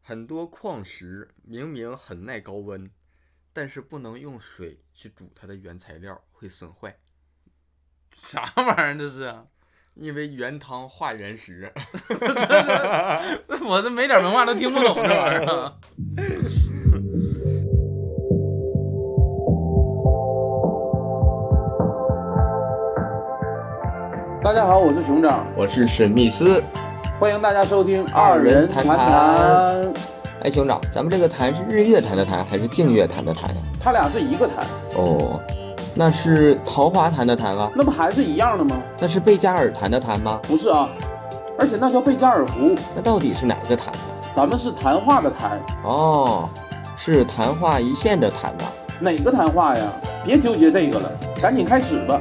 很多矿石明明很耐高温，但是不能用水去煮它的原材料，会损坏，啥玩意儿这是？啊因为原汤化原食。我这没点文化都听不懂这玩意儿。啊大家好，我是熊掌，我是史密斯。欢迎大家收听二人谈谈谈谈。哎，兄长，咱们这个谈是日月潭的谈还是净月潭的潭呀？他俩是一个谈，哦，那是桃花潭的潭啊？那不还是一样的吗？那是贝加尔潭的潭吗？不是啊，而且那叫贝加尔湖，那到底是哪个潭？啊咱们是谈话的谈，哦，是昙花一现的昙吧？哪个谈话呀？别纠结这个了，赶紧开始吧。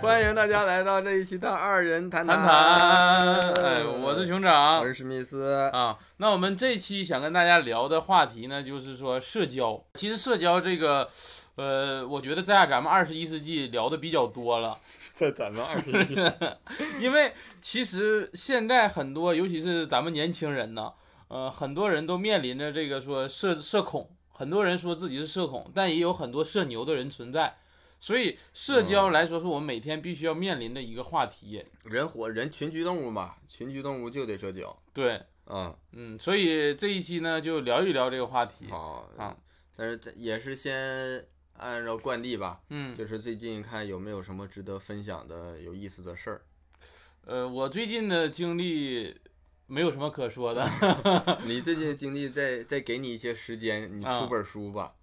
欢迎大家来到这一期的二人谈谈谈，哎，我是熊我掌是史密斯。啊。那我们这期想跟大家聊的话题呢，就是说社交。其实社交这个，呃，我觉得在咱们二十一世纪聊的比较多了， 在咱们二十一世纪，因为其实现在很多，尤其是咱们年轻人呢，呃，很多人都面临着这个说社社恐，很多人说自己是社恐，但也有很多社牛的人存在。所以嗯社交来说，是我们每天必须要面临的一个话题。 人活人群居动物嘛，群居动物就得社交。对，嗯，嗯，所以这一期呢，就聊一聊这个话题。好啊。但是这也是先按照惯例吧，嗯，就是最近看有没有什么值得分享的有意思的事儿。呃，我最近的经历没有什么可说的。你最近的经历，再再给你一些时间，你啊出本书吧。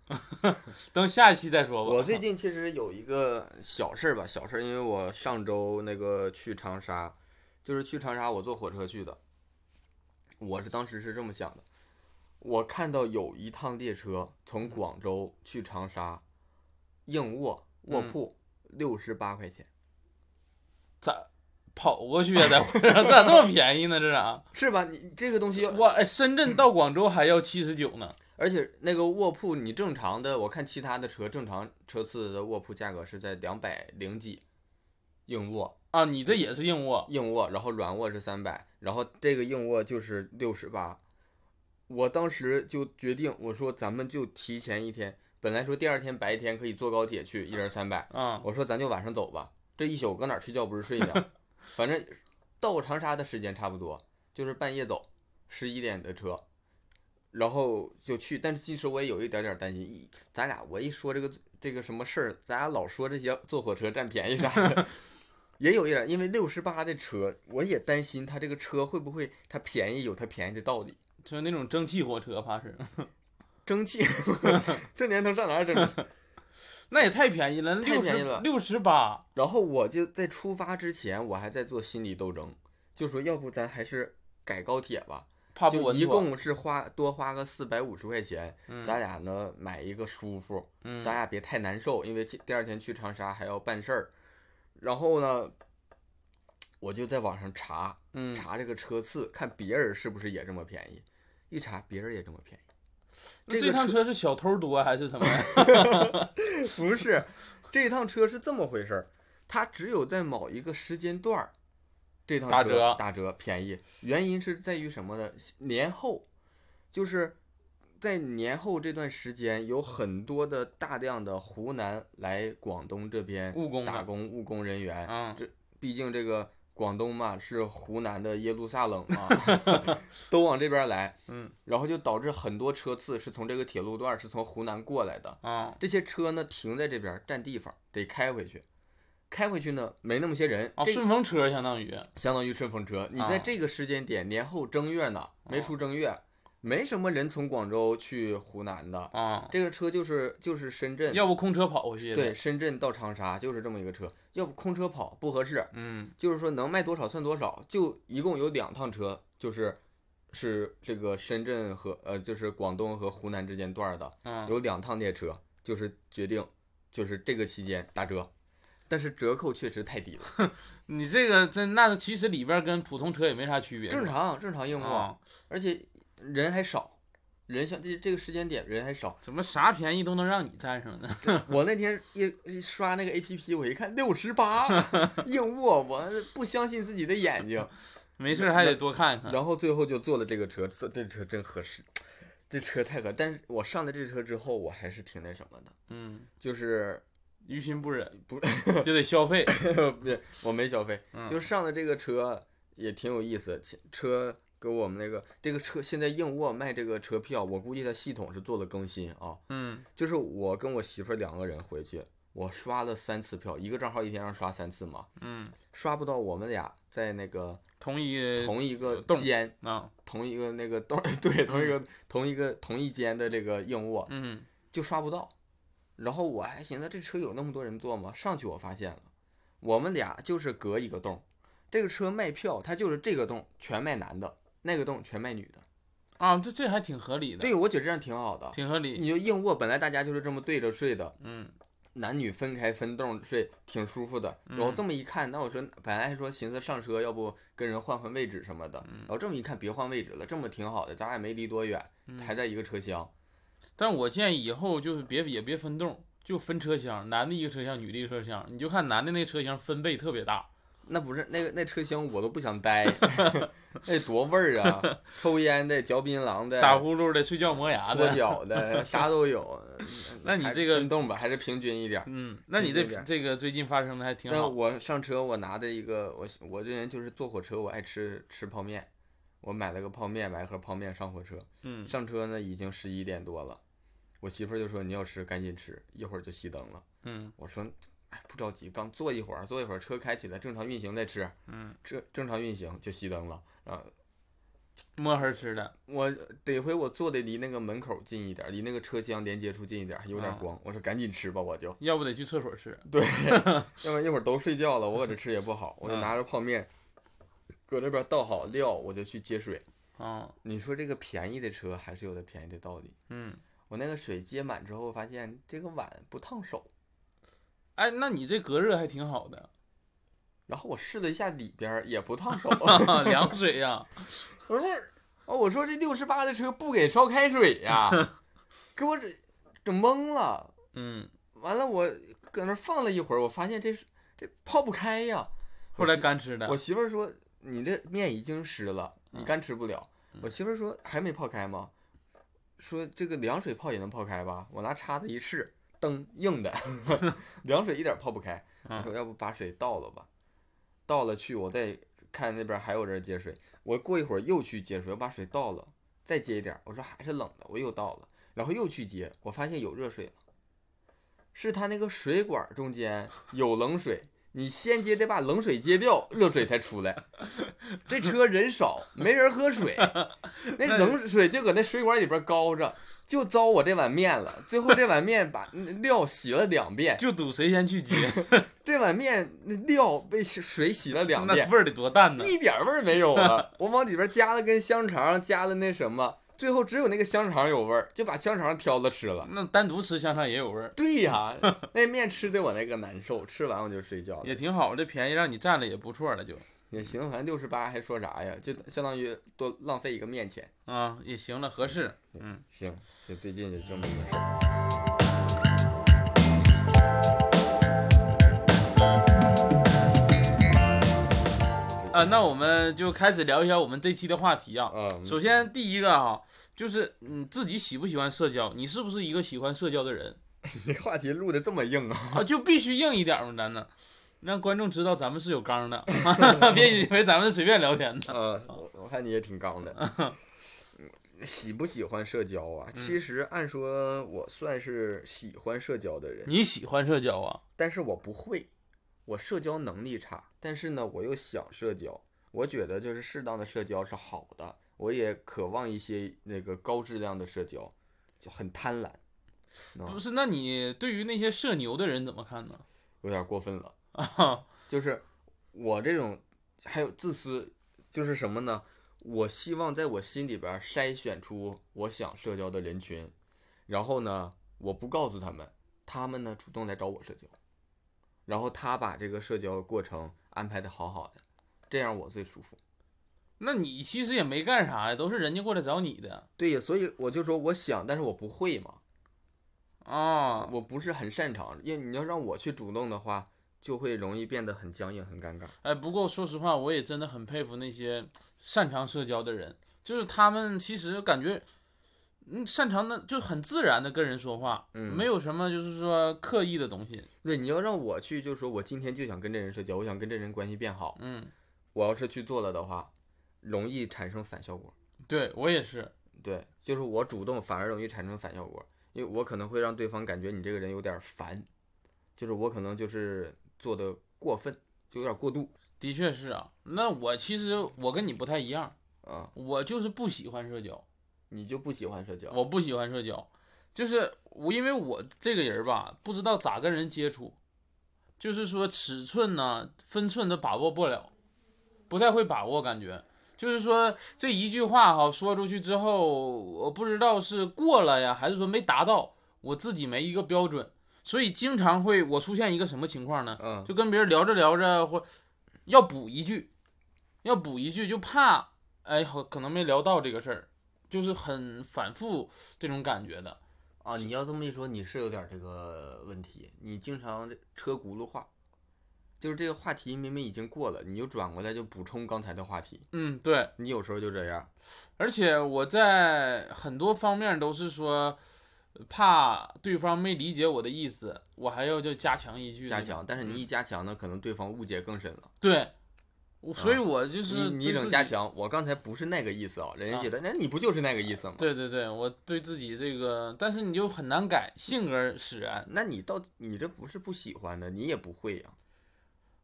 等下一期再说吧。我最近其实有一个小事儿吧，小事儿，因为我上周那个去长沙，就是去长沙，我坐火车去的。我是当时是这么想的，我看到有一趟列车从广州去长沙，硬卧卧嗯铺六十八块钱，咋跑过去啊呀、在火车上咋这么便宜呢？这啊咋？是吧？你这个东西，哇，哎深圳到广州还要七十九呢。而且那个卧铺，你正常的，我看其他的车正常车次的卧铺价格是在两百零几，硬卧。啊，你这也是硬卧，硬卧，然后软卧是三百，然后这个硬卧就是六十八。我当时就决定，我说咱们就提前一天，本来说第二天白天可以坐高铁去，一人三百，啊、我说咱就晚上走吧，这一宿搁哪儿睡觉不是睡呢？ 反正到长沙的时间差不多，就是半夜走，十一点的车，然后就去。但是其实我也有一点点担心，一咱俩我一说这个这个什么事儿，咱俩老说这些坐火车占便宜啥的， 也有一点，因为六十八的车，我也担心它这个车会不会它便宜有它便宜的道理。就是那种蒸汽火车，怕是。蒸 汽，这年头上哪儿蒸汽？那也太便宜了，太六便宜十了六十八。然后我就在出发之前，我还在做心理斗争，就说要不咱还是改高铁吧，怕不就稳一妥，共是花多花个四百五十块钱，嗯咱俩呢买一个舒服，嗯咱俩别太难受，因为这第二天去长沙还要办事儿。然后呢，我就在网上查嗯，查这个车次，看别人是不是也这么便宜。一查别人也这么便宜，那这这个趟车车是小偷多还是 什么？不是，这趟车是这么回事儿，它只有在某一个时间段儿，这趟打车折打折便宜，原因是在于什么呢？年后，就是在年后这段时间，有很多的大量的湖南来广东这边务工的打工务工人员，啊，毕竟这个广东嘛是湖南的耶路撒冷嘛， 都往这边来，嗯，然后就导致很多车次是从这个铁路段儿是从湖南过来的，啊这些车呢停在这边儿占地方，得开回去。开回去呢，没那么些人，啊，这顺风车相当于。相当于顺风车。你在啊哦这个时间点，年后正月呢，没出正月，没什么人从广州去湖南的。啊，这个车就是就是深圳，要不空车跑回去。对，深圳到长沙就是这么一个车，要不空车跑不合适，嗯就是说能卖多少算多少。就一共有两趟车，就是是这个深圳和呃就是广东和湖南之间段儿的，嗯，有两趟列车，就是决定就是这个期间打折，但是折扣确实太低了。你这个真那其实里边跟普通车也没啥区别，啊正常正常硬卧，啊，。而且人还少，人相这这个时间点人还少怎么啥便宜都能让你占上呢？我那天一一刷那个 A P P，我一看六十八， 硬卧，我不相信自己的眼睛。 没事儿还得多看看。然后最后就坐了这个车，这这车真合适，这车太合。但是我上了这车之后，我还是挺那什么的，嗯，就是于心不忍，不就得消费。 不是我没消费，嗯就上了这个车也挺有意思。其车给我们那个这个车现在硬卧卖这个车票，我估计它系统是做了更新啊。嗯就是我跟我媳妇儿两个人回去，我刷了三次票，一个账号一天让刷三次嘛，嗯，刷不到我们俩在那个同意同一个呃洞嗯间。啊，同一个那个都 对同一个、同一个同一间的这个硬卧嗯就刷不到，然后我还寻思这车有那么多人坐吗？上去我发现了，我们俩就是隔一个洞，这个车卖票它就是这个洞全卖男的，那个洞全卖女的。啊，这这还挺合理的，对，我觉得这样挺好的。挺合理。你就硬卧本来大家就是这么对着睡的，嗯男女分开分洞睡挺舒服的。然后这么一看，那我说本来还说寻思上车要不跟人换换位置什么的，然后这么一看别换位置了，这么挺好的，咱俩没离多远，还在一个车厢。但我建议以后就是别也别分栋，就分车厢，男的一个车厢，女的一个车厢。你就看男的那车厢分贝特别大，那不是那个那车厢我都不想待， 那多味儿啊！抽烟的、嚼槟榔的、打呼噜的，睡觉磨牙搓的。脚的， 啥都有。那你还是这个分动吧，还是平均一点儿。嗯，那你这对对对这个最近发生的还挺但好。我上车，我拿的一个，我我这人就是坐火车，我爱吃吃泡面，我买了个泡面，买一盒泡面上火车。嗯上车呢，已经十一点多了，我媳妇儿就说你要吃赶紧吃，一会儿就熄灯了。嗯我说，哎，不着急，刚坐一会儿，坐一会儿车开起来正常运行再吃。嗯，这正常运行就熄灯了，啊然后摸黑吃的。我得亏我坐的离那个门口近一点，离那个车厢连接处近一点，还有点啊光。我说赶紧吃吧，我就要不得去厕所吃。对，要不然一会儿都睡觉了，我搁这吃也不好。我就嗯拿着泡面，搁这边倒好料，我就去接水。啊，你说这个便宜的车还是有它便宜的道理。嗯，我那个水接满之后，发现这个碗不烫手，哎，那你这隔热还挺好的， 然后我试了一下里边儿也不烫手。凉水呀、我说，哦，我说这六十八的车不给烧开水呀、给我整整懵了。嗯，完了，我搁那儿放了一会儿，我发现这是这泡不开呀。后来干吃的我。媳妇儿说：“你这面已经湿了，你干吃不了。我媳妇儿说：“还没泡开吗？”说这个凉水泡也能泡开吧？我拿叉子一试，噔，硬的，凉水一点泡不开。我说要不把水倒了吧，倒了去，我再看那边还有人接水。我过一会儿又去接水，我把水倒了，再接一点儿。我说还是冷的，我又倒了，然后又去接，我发现有热水了。是它那个水管儿中间有冷水，你先接得把冷水接掉，热水才出来。这车人少，没人喝水，那冷水就搁那水管里边高着，就糟我这碗面了。最后这碗面把那料洗了两遍，就赌谁先去接，这碗面那料被洗水洗了两那遍，味儿得多淡呢！一点味儿没有了。我往里边加了根香肠，加了那什么，最后只有那个香肠有味儿，就把香肠挑了吃了。那单独吃香肠也有味儿，对呀、那面吃的我那个难受，吃完我就睡觉了。也挺好，这便宜让你占了也不错了就，也行，反正六十八还说啥呀？就相当于多浪费一个面钱。啊，也行了，合适。嗯，行，就最近就这么一个事儿。啊，那我们就开始聊一下我们这期的话题啊。嗯，首先第一个啊，就是你自己喜不喜欢社交，你是不是一个喜欢社交的人这话题录的这么硬啊？啊？就必须硬一点嘛，咱呢，让观众知道咱们是有刚的， 别以为咱们随便聊天的。呃，我我看你也挺刚的。嗯喜不喜欢社交啊？其实按说我算是喜欢社交的人，你喜欢社交啊？但是我不会，我社交能力差。但是呢，我又想社交，我觉得就是适当的社交是好的，我也渴望一些那个高质量的社交，就很贪婪。啊不是，那你对于那些社牛的人怎么看呢？有点过分了。 啊，就是我这种还有自私，就是什么呢？我希望在我心里边儿筛选出我想社交的人群，然后呢，我不告诉他们，他们呢主动来找我社交，然后他把这个社交过程安排的好好的，这样我最舒服。那你其实也没干啥呀，都是人家过来找你的对呀，所以我就说我想，但是我不会嘛，啊。我不是很擅长。因为你要让我去主动的话，就会容易变得很僵硬、很尴尬。哎，不过说实话，我也真的很佩服那些擅长社交的人，就是他们其实感觉，嗯，擅长的就很自然的跟人说话，嗯没有什么就是说刻意的东西，对，你要让我去，就是说我今天就想跟这人社交，我想跟这人关系变好。嗯，我要是去做了的话，容易产生反效果。对我也是，对，就是我主动反而容易产生反效果，因为我可能会让对方感觉你这个人有点烦，就是我可能就是做的过分，就有点过度的确是啊。那我其实我跟你不太一样，啊、我就是不喜欢社交，你就不喜欢社交，我不喜欢社交，就是我因为我这个人吧，不知道咋跟人接触，就是说尺寸呢、分寸都把握不了，不太会把握，感觉就是说这一句话哈说出去之后，我不知道是过了呀，还是说没达到，我自己没一个标准，所以经常会我出现一个什么情况呢？嗯就跟别人聊着聊着或要补一句，要补一句就怕哎，好可能没聊到这个事儿，就是很反复这种感觉的。啊，你要这么一说，你是有点这个问题，你经常车轱辘话，就是这个话题明明已经过了，你就转过来就补充刚才的话题，嗯，对，你有时候就这样，而且我在很多方面都是说怕对方没理解我的意思，我还要就加强一句加那种。强，但是你一加强呢，可能对方误解更深了。对，我所以我就你是嗯你对自整己加。强，我刚才不是那个意思啊，人家觉得那、你不就是那个意思吗？对对对，我对自己这个，但是你就很难改，性格使然。那你到底你这不是不喜欢的，你也不会啊呀、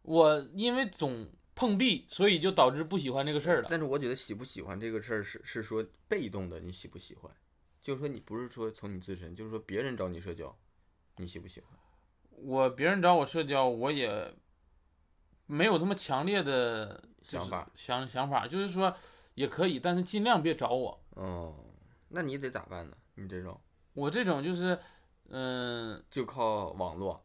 我因为总碰壁，所以就导致不喜欢这个事儿了。但是我觉得喜不喜欢这个事儿是是说被动的，你喜不喜欢，就是说你不是说从你自身，就是说别人找你社交，你喜不喜欢？我别人找我社交，我也没有那么强烈的就是想法想想法就是说也可以，但是尽量别找我。哦，那你得咋办呢？你这种我这种就是，嗯、就靠网络，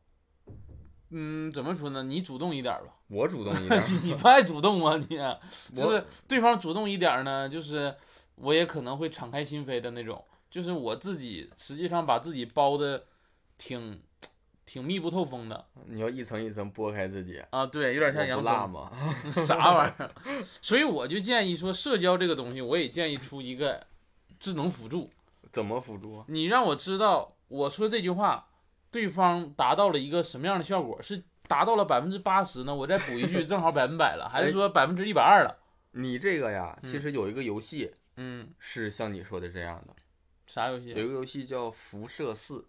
嗯，怎么说呢？你主动一点 儿吧，，我主动一点儿 你不爱主动吗？你啊就我是对方主动一点儿呢，就是我也可能会敞开心扉的那种，就是我自己实际上把自己包的挺挺密不透风的你要一层一层剥开自己，啊，对，有点像我杨不松辣吗？ 啥玩意儿？所以我就建议说，社交这个东西，我也建议出一个智能辅助。怎么辅助啊？你让我知道我说这句话，对方达到了一个什么样的效果？是达到了百分之八十呢？我再补一句，正好百分百了，还哎是说百分之一百二了？你这个呀，嗯其实有一个游戏嗯，是像你说的这样的，啥游有一戏？个游戏叫辐射四。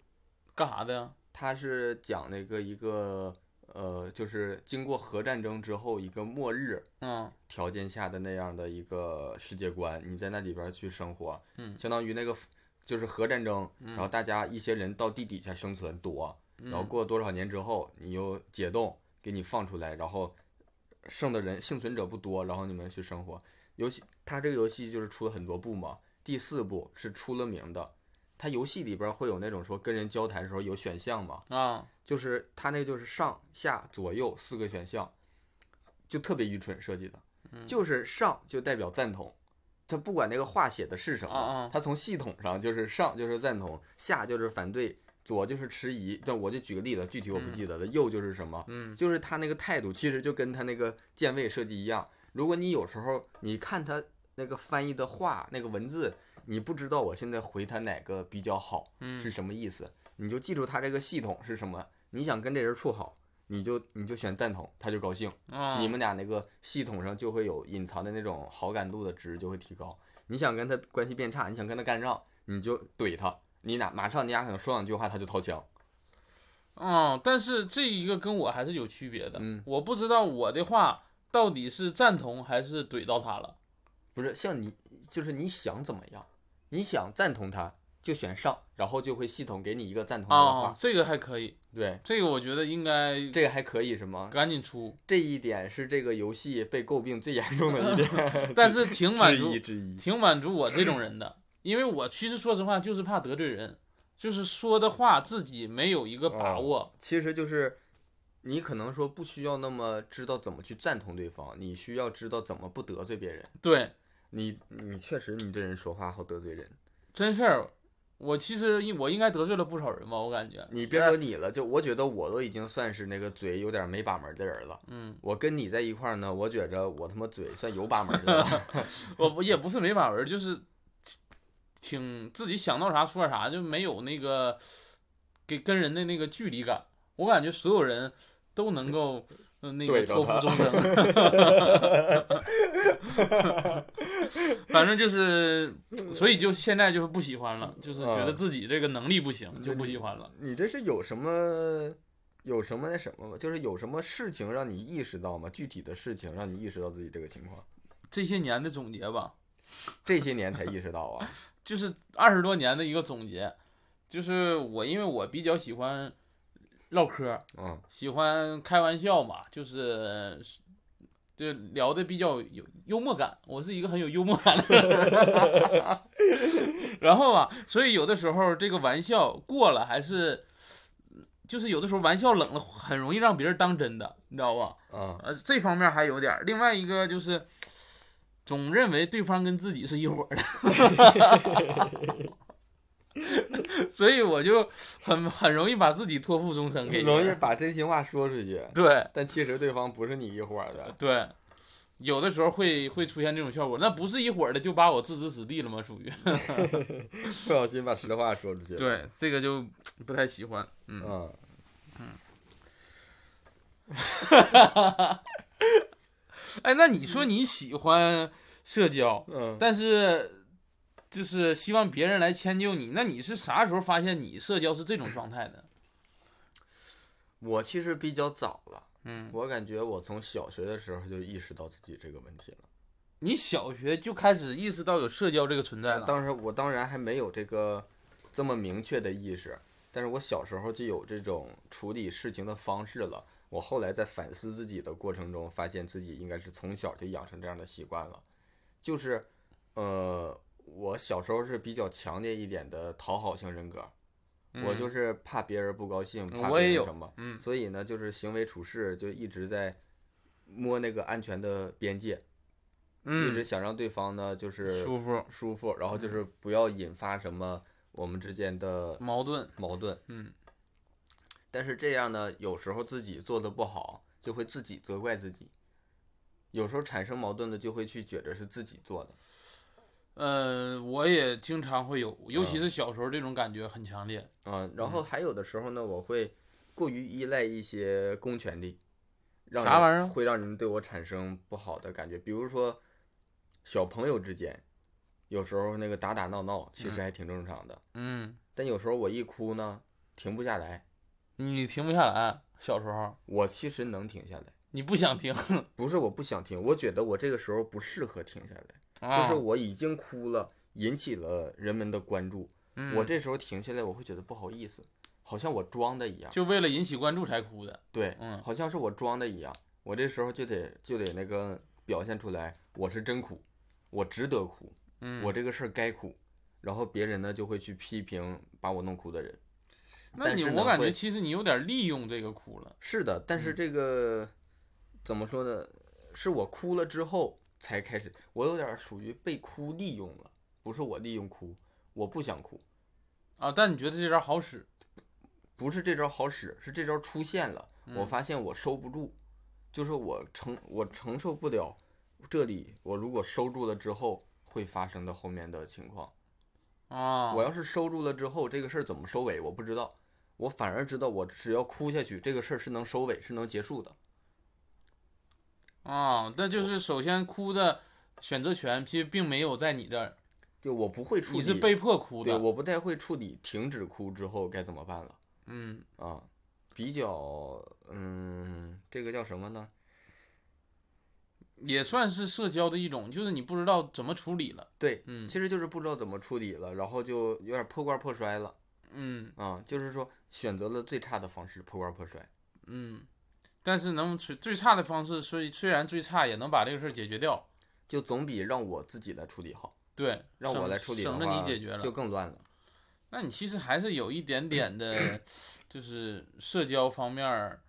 干啥的呀？它是讲那个一个呃，就是经过核战争之后一个末日嗯条件下的那样的一个世界观，你在那里边儿去生活，嗯相当于那个 f- 就是核战争，嗯，然后大家一些人到地底下生存躲，然后过多少年之后你又解冻，给你放出来，然后剩的人幸存者不多，然后你们去生活。游戏它这个游戏就是出了很多部嘛，第四部是出了名的。它游戏里边儿会有那种说跟人交谈的时候有选项嘛，嗯啊，就是它那就是上下左右四个选项，就特别愚蠢设计的，嗯就是上就代表赞同，它不管那个话写的是什啊么啊，它从系统上就是上就是赞同，下就是反对，左就是迟疑。但我就举个例子，具体我不记得了，右就是什么，嗯就是他那个态度其实就跟他那个键位设计一样。如果你有时候你看他那个翻译的话，那个文字，你不知道我现在回他哪个比较好，是嗯什么意思，你就记住他这个系统是什么。你想跟这人处好，你就你就选赞同，他就高兴。啊，你们俩那个系统上就会有隐藏的那种好感度的值就会提高。你想跟他关系变差，你想跟他干仗，你就怼他，你俩马上你俩可能说两句话他就掏枪。嗯，但是这一个跟我还是有区别的。嗯我不知道我的话到底是赞同还是怼到他了。不是像你，就是你想怎么样，你想赞同他就选上，然后就会系统给你一个赞同他的话。啊，这个还可以，对，这个我觉得应该这个还可以是吗？赶紧 出，，这一点是这个游戏被诟病最严重的一点 但是挺满之足一，之一。挺满足我这种人的，因为我其实说实话就是怕得哦罪人，就是说的话自己没有一个把握，其实就是你可能说不需要那么知道怎么去赞同对方，你需要知道怎么不得罪别人。对，你你确实你这人说话好得罪人，真事儿。我其实应我应该得罪了不少人吧，我感觉。你别说你了，就我觉得我都已经算是那个嘴有点没把门的人了。嗯，我跟你在一块儿呢，我觉着我他妈嘴算有把门的了。 我不也不是没法文，就是挺自己想到啥说点啥，就没有那个给跟人的那个距离感。我感觉所有人都能够。嗯，那个对着托他付终生， 反正就是，所以就现在就是不喜欢了，就是觉得嗯自己这个能力不行，就不喜欢了。你这是有什么有什么那什么吗？就是有什么事情让你意识到吗？具体的事情让你意识到自己这个情况，这些年的总结吧，这些年才意识到啊。就是二十多年的一个总结，就是我因为我比较喜欢唠嗑儿，嗯喜欢开玩笑嘛，就是就聊的比较有幽默感，我是一个很有幽默感的人。 然后啊，所以有的时候这个玩笑过了，还是就是有的时候玩笑冷了，很容易让别人当真的，你知道吧？嗯，呃，这方面还有点儿。另外一个就是，总认为对方跟自己是一伙儿的， 所以我就很很容易把自己托付终身给别容易人把真心话说出去，对但其实对方不是你一伙儿的。对，有的时候会会出现这种效果。那不是一伙儿的就把我置之死地了吗？属于不小心把实话说出去。，对这个就不太喜欢。嗯，嗯，哎，那你说你喜欢社交，嗯，但是就是希望别人来迁就你。那你是啥时候发现你社交是这种状态的？我其实比较早了，嗯，我感觉我从小学的时候就意识到自己这个问题了。你小学就开始意识到有社交这个存在了。当时我当然还没有这个这么明确的意识，但是我小时候就有这种处理事情的方式了。我后来在反思自己的过程中，发现自己应该是从小就养成这样的习惯了，就是，呃，我小时候是比较强烈一点的讨好型人格，我嗯就是怕别人不高兴，嗯怕我别也人有什么，嗯所以呢，就是行为处事就一直在摸那个安全的边界，一直嗯想让对方呢就是舒服嗯舒服，然后就是不要引发什么我们之间的矛盾，矛盾。嗯但是这样呢，有时候自己做的不好，就会自己责怪自己，有时候产生矛盾的就会去觉着是自己做的。呃，我也经常会有，尤其嗯是小时候这种感觉很强烈。嗯，然后还有的时候呢，我会过于依赖一些公权力，让啥人玩意儿啊会让人对我产生不好的感觉。比如说，小朋友之间，有时候那个打打闹闹，其实还挺正常的。嗯，但有时候我一哭呢，停不下来。你停不下来，小时候我其实能停下来，你不想停，不是我不想停，我觉得我这个时候不适合停下来，啊就是我已经哭了，引起了人们的关注。啊我嗯这时候停下来，我会觉得不好意思，好像我装的一样。就为了引起关注才哭的。对，嗯好像是我装的一样。我这时候就得就得那个表现出来，我是真苦，我值得苦，嗯，我这个事儿该苦。然后别人呢就会去批评把我弄哭的人。那但你是我呢感觉会其实你有点利用这个哭了。是的，但嗯是这个、怎么说呢？是我哭了之后才开始，我有点属于被哭利用了，不是我利用哭，我不想哭，啊，但你觉得这招好使？不是这招好使，是这招出现了，我嗯发现我收不住，就是我承我承受不了这里，我如果收住了之后会发生的后面的情况，啊，我要是收住了之后，这个事儿怎么收尾我不知道。我反而知道，我只要哭下去，这个事儿是能收尾，是能结束的。啊，那就是首先哭的选择权其实并没有在你这儿，就我不会处理，你是被迫哭对，的。我不太会处理停止哭之后该怎么办了嗯，啊，比较嗯，这个叫什么呢？也算是社交的一种，就是你不知道怎么处理了。对，嗯其实就是不知道怎么处理了，然后就有点破罐破摔了嗯啊，就是说选择了最差的方式，破罐破摔。嗯，但是能最最差的方式，虽虽然最差也能把这个事儿解决掉。就总比让我自己来处理好，对，让我省来处理的省话，着你解决了。就更乱了。那你其实还是有一点点的，就是社交方面儿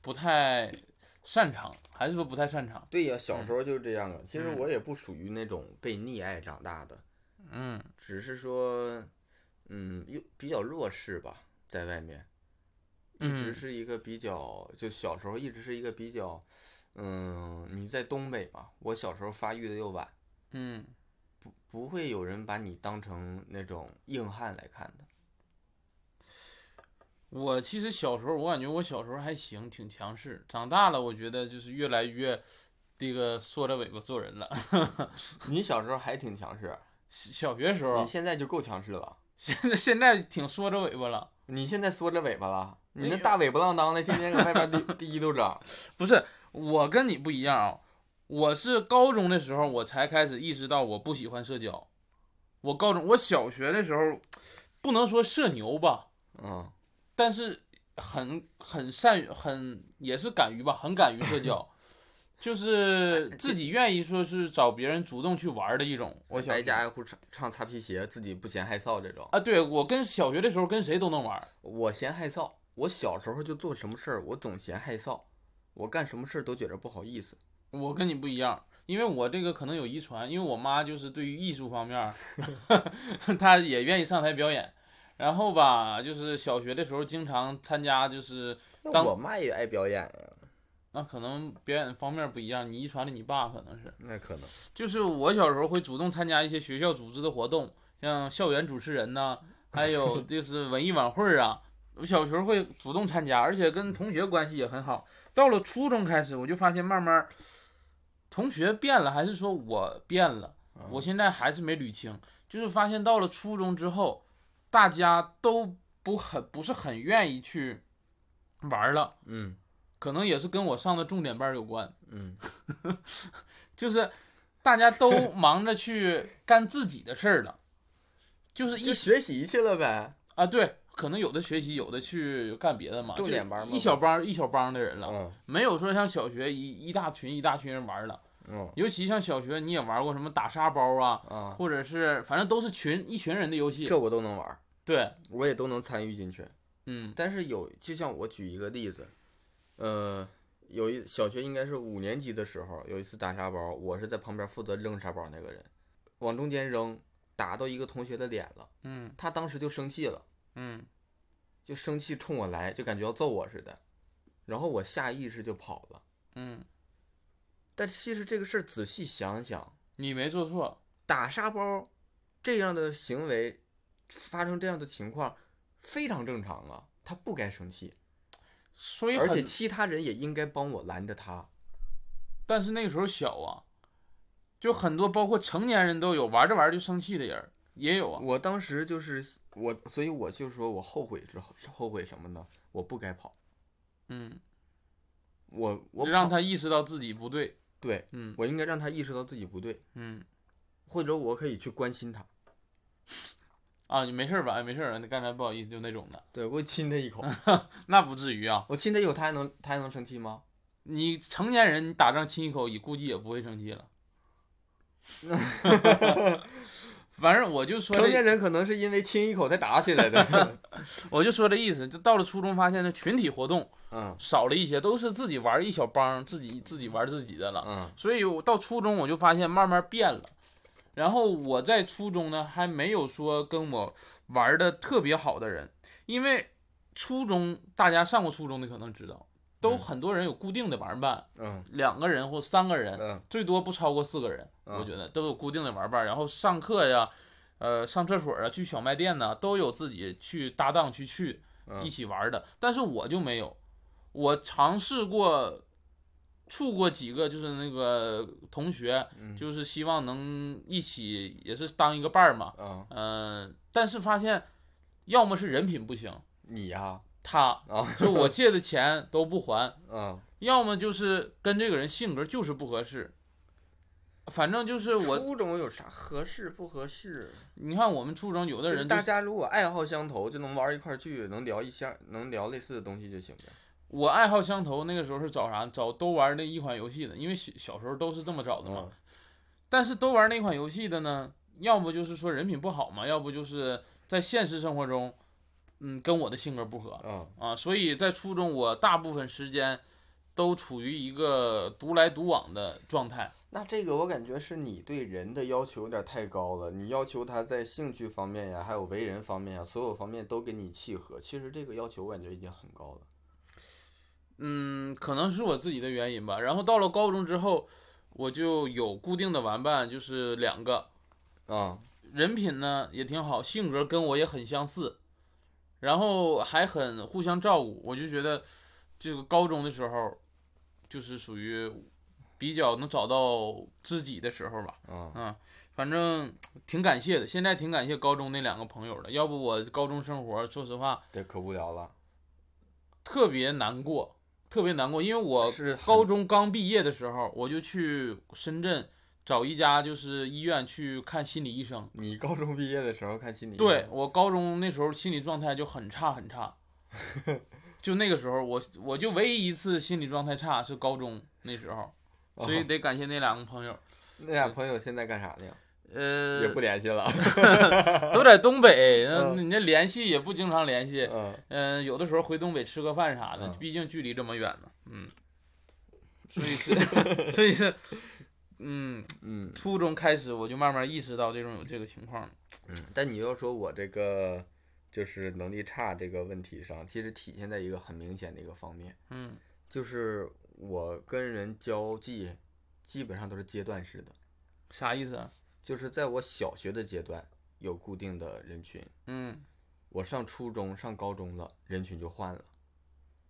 不太擅长，还是说不太擅长？对呀、小时候就是这样啊。其实嗯我也不属于那种被溺爱长大的，嗯只是说，嗯，又比较弱势吧，在外面，一直嗯是一个比较，就小时候一直是一个比较，嗯，你在东北嘛，我小时候发育的又晚，嗯不不会有人把你当成那种硬汉来看的。我其实小时候，我感觉我小时候还行，挺强势。长大了，我觉得就是越来越这个缩着尾巴做人了。 你小时候还挺强势，小学时候你，现在就够强势了，现在现在挺缩着尾巴了。你现在缩着尾巴了，你那哎呦大尾巴浪当的，天天搁外边 滴滴溜着。不是，我跟你不一样啊，我是高中的时候我才开始意识到我不喜欢社交。我高中，我小学的时候，不能说社牛吧，嗯，但是很很善于，很也是敢于吧，很敢于社交，就是自己愿意说是找别人主动去玩儿的一种。我小挨学家挨户唱唱擦皮鞋，自己不嫌害臊这种。啊，对我跟小学的时候跟谁都能玩儿，我嫌害臊，我小时候就做什么事儿，我总嫌害臊，我干什么事儿都觉着不好意思。我跟你不一样，因为我这个可能有遗传，因为我妈就是对于艺术方面儿， 她也愿意上台表演。然后吧，就是小学的时候经常参加，就是那当我妈也爱表演呀，那可能表演方面不一样，你遗传了你爸可能是。那可能。就是我小时候会主动参加一些学校组织的活动，像校园主持人呐、还有就是文艺晚会儿啊。我小时候会主动参加，而且跟同学关系也很好。到了初中开始，我就发现慢慢儿同学变了，还是说我变了？啊嗯我现在还是没捋清，就是发现到了初中之后，大家都不很不是很愿意去玩儿了，嗯可能也是跟我上的重点班儿有关。嗯，就是大 家都忙着去干自己的事儿了，就是一就学习去了呗。啊，对，可能有的学习，有的去干别的嘛，重就点班嘛一小帮一小帮的人了，嗯没有说像小学一一大群一大群人玩了，嗯尤其像小学你也玩过什么打沙包啊，啊，或者是反正都是群一群人的游戏，这我都能玩儿，对，我也都能参与进去。嗯但是有，就像我举一个例子，呃，有一小学应该是五年级的时候，有一次打沙包，我是在旁边负责扔沙包那个人，往中间扔，打到一个同学的脸了，嗯他当时就生气了。嗯就生气冲我来，就感觉要揍我似的，然后我下意识就跑了。嗯，但其实这个事儿仔细想想，你没做错，打沙包这样的行为，发生这样的情况非常正常啊，他不该生气，所以而很且其他人也应该帮我拦着他。但是那个时候小啊，就很多包括成年人都有玩着玩着就生气的人儿也有啊。我当时就是我，所以我就说我后悔之后后悔什么呢？我不该跑，嗯，我我让跑他意识到自己不对。对嗯我应该让他意识到自己不对，嗯，或者我可以去关心他，啊，你没事儿吧？哎，没事儿，刚才不好意思，就那种的，对我亲他一口，啊那不至于啊。我亲他一口，他还能他还能生气吗？你成年人，你打仗亲一口，你估计也不会生气了。 反正我就说成年这，人可能是因为亲一口才打起来 的。我就说这意思。就到了初中，发现这群体活动嗯少了一些，都是自己玩儿一小帮儿，自己自己玩儿自己的了。嗯所以我到初中我就发现慢慢变了。然后我在初中呢，还没有说跟我玩的特别好的人，因为初中大家上过初中的可能知道，都嗯很多人有固定的玩伴，嗯两个人或三个人，嗯最多不超过四个人，嗯我觉得都有固定的玩伴。然后上课呀，呃，上厕所啊，去小卖店呐，都有自己去搭档去去。一嗯起玩的，但是我就没有，我尝试过，处过几个就是那个同学，嗯就是希望能一起也是当一个伴儿嘛，嗯，嗯、但是发现要么是人品不行，你呀他啊就我借的钱都不还，嗯，要么就是跟这个人性格就是不合适，反正就是我，初中有啥合适不合适？你看我们初中有就的是人大就家如果爱好相投，就能玩一块儿去，能聊一下，能聊类似的东西就行了。我爱好相投，那个时候是找啥？找都玩那一款游戏的，因为小小时候都是这么找的嘛。嗯但是都玩那款游戏的呢，要不就是说人品不好嘛，要不就是在现实生活中，嗯，跟我的性格不合嗯啊。所以在初中，我大部分时间都处于一个独来独往的状态。那这个我感觉是你对人的要求有点太高了，你要求他在兴趣方面呀，还有为人方面呀，所有方面都跟你契合。其实这个要求我感觉已经很高了。嗯，可能是我自己的原因吧。然后到了高中之后，我就有固定的玩伴，就是两个，啊、人品呢也挺好，性格跟我也很相似，然后还很互相照顾。我就觉得这个高中的时候，就是属于比较能找到知己的时候吧。啊、嗯，反正挺感谢的，现在挺感谢高中那两个朋友的，要不我高中生活说实话这可无聊了。特别难过，特别难过，因为我是很高中刚毕业的时候，我就去深圳找一家就是医院去看心理医生。你高中毕业的时候看心理医生对我高中那时候心理状态就很差 很差，就那个时候我我就唯一一次心理状态差是高中那时候，所以哦得感谢那两个朋友。那俩朋友现在干啥呢？呃，也不联系了。都在东北，那 嗯人家联系也不经常联系，嗯，嗯，有的时候回东北吃个饭啥的，嗯毕竟距离这么远呢， 嗯，所以是，所以是，嗯，嗯，初中开始我就慢慢意识到这种有这个情况了，嗯但你要说我这个就是能力差这个问题上，其实体现在一个很明显的一个方面，嗯就是我跟人交际基本上都是阶段式的，啥意思啊？就是在我小学的阶段有固定的人群，嗯我上初中、上高中了，人群就换了，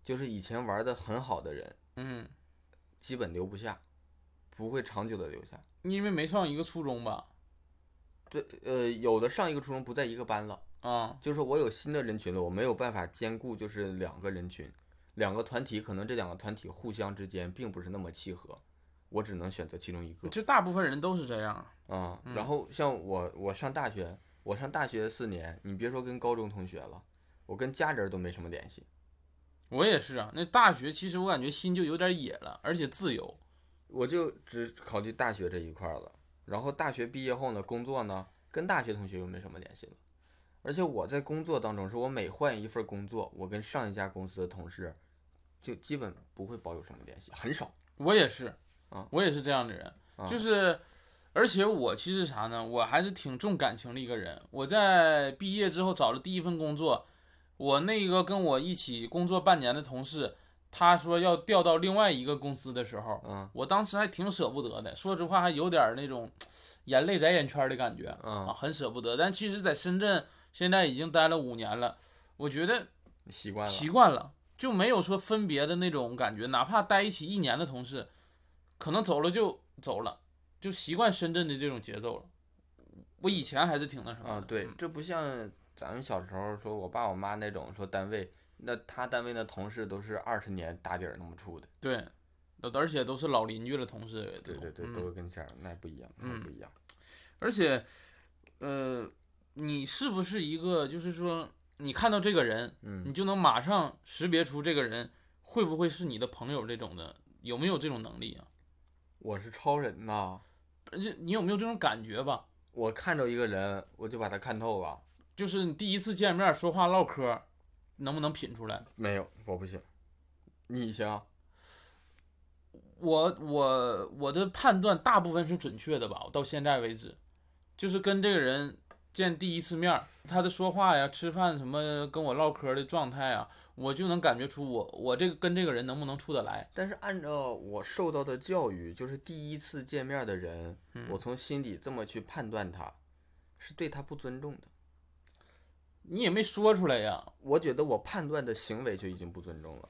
就是以前玩的很好的人，嗯，基本留不下，不会长久的留下。因为没上一个初中吧？对，呃，有的上一个初中不在一个班了，啊，就是我有新的人群了，我没有办法兼顾，就是两个人群，两个团体，可能这两个团体互相之间并不是那么契合，我只能选择其中一个就大部分人都是这样，啊、然后像我，我上大学，我上大学四年，你别说跟高中同学了，我跟家人都没什么联系。我也是啊。那大学其实我感觉心就有点野了，而且自由，我就只考虑大学这一块儿了。然后大学毕业后呢，工作呢，跟大学同学又没什么联系了。而且我在工作当中，是我每换一份工作，我跟上一家公司的同事就基本不会保有什么联系，很少。我也是啊，我也是这样的人，啊就是，而且我其实啥呢，我还是挺重感情的一个人。我在毕业之后找了第一份工作，我那个跟我一起工作半年的同事，他说要调到另外一个公司的时候，嗯我当时还挺舍不得的，说实话还有点儿那种眼泪在眼圈儿的感觉啊，嗯，很舍不得。但其实，在深圳现在已经待了五年了，我觉得习惯了。习惯了，就没有说分别的那种感觉。哪怕待一起一年的同事，可能走了就走了，就习惯深圳的这种节奏了。我以前还是挺那什么的嗯啊，对，这不像咱们小时候说我爸我妈那种说单位，那他单位的同事都是二十年打底儿那么处的。对，而且都是老邻居了，同事也都对对对，嗯都会跟前儿，那不一样，那嗯不一样。而且，呃，你是不是一个就是说，你看到这个人，你嗯，就能马上识别出这个人会不会是你的朋友这种的，有没有这种能力啊？我是超人呐、而且你有没有这种感觉吧？我看着一个人，我就把他看透了。就是你第一次见面说话唠嗑，能不能品出来？没有，我不行。你行？我我我的判断大部分是准确的吧，我到现在为止，就是跟这个人见第一次面，他的说话呀、吃饭什么跟我唠嗑的状态啊，我就能感觉出我我这个跟这个人能不能处得来。但是按照我受到的教育，就是第一次见面的人，我从心里这么去判断他，是对他不尊重的。你也没说出来呀，我觉得我判断的行为就已经不尊重了。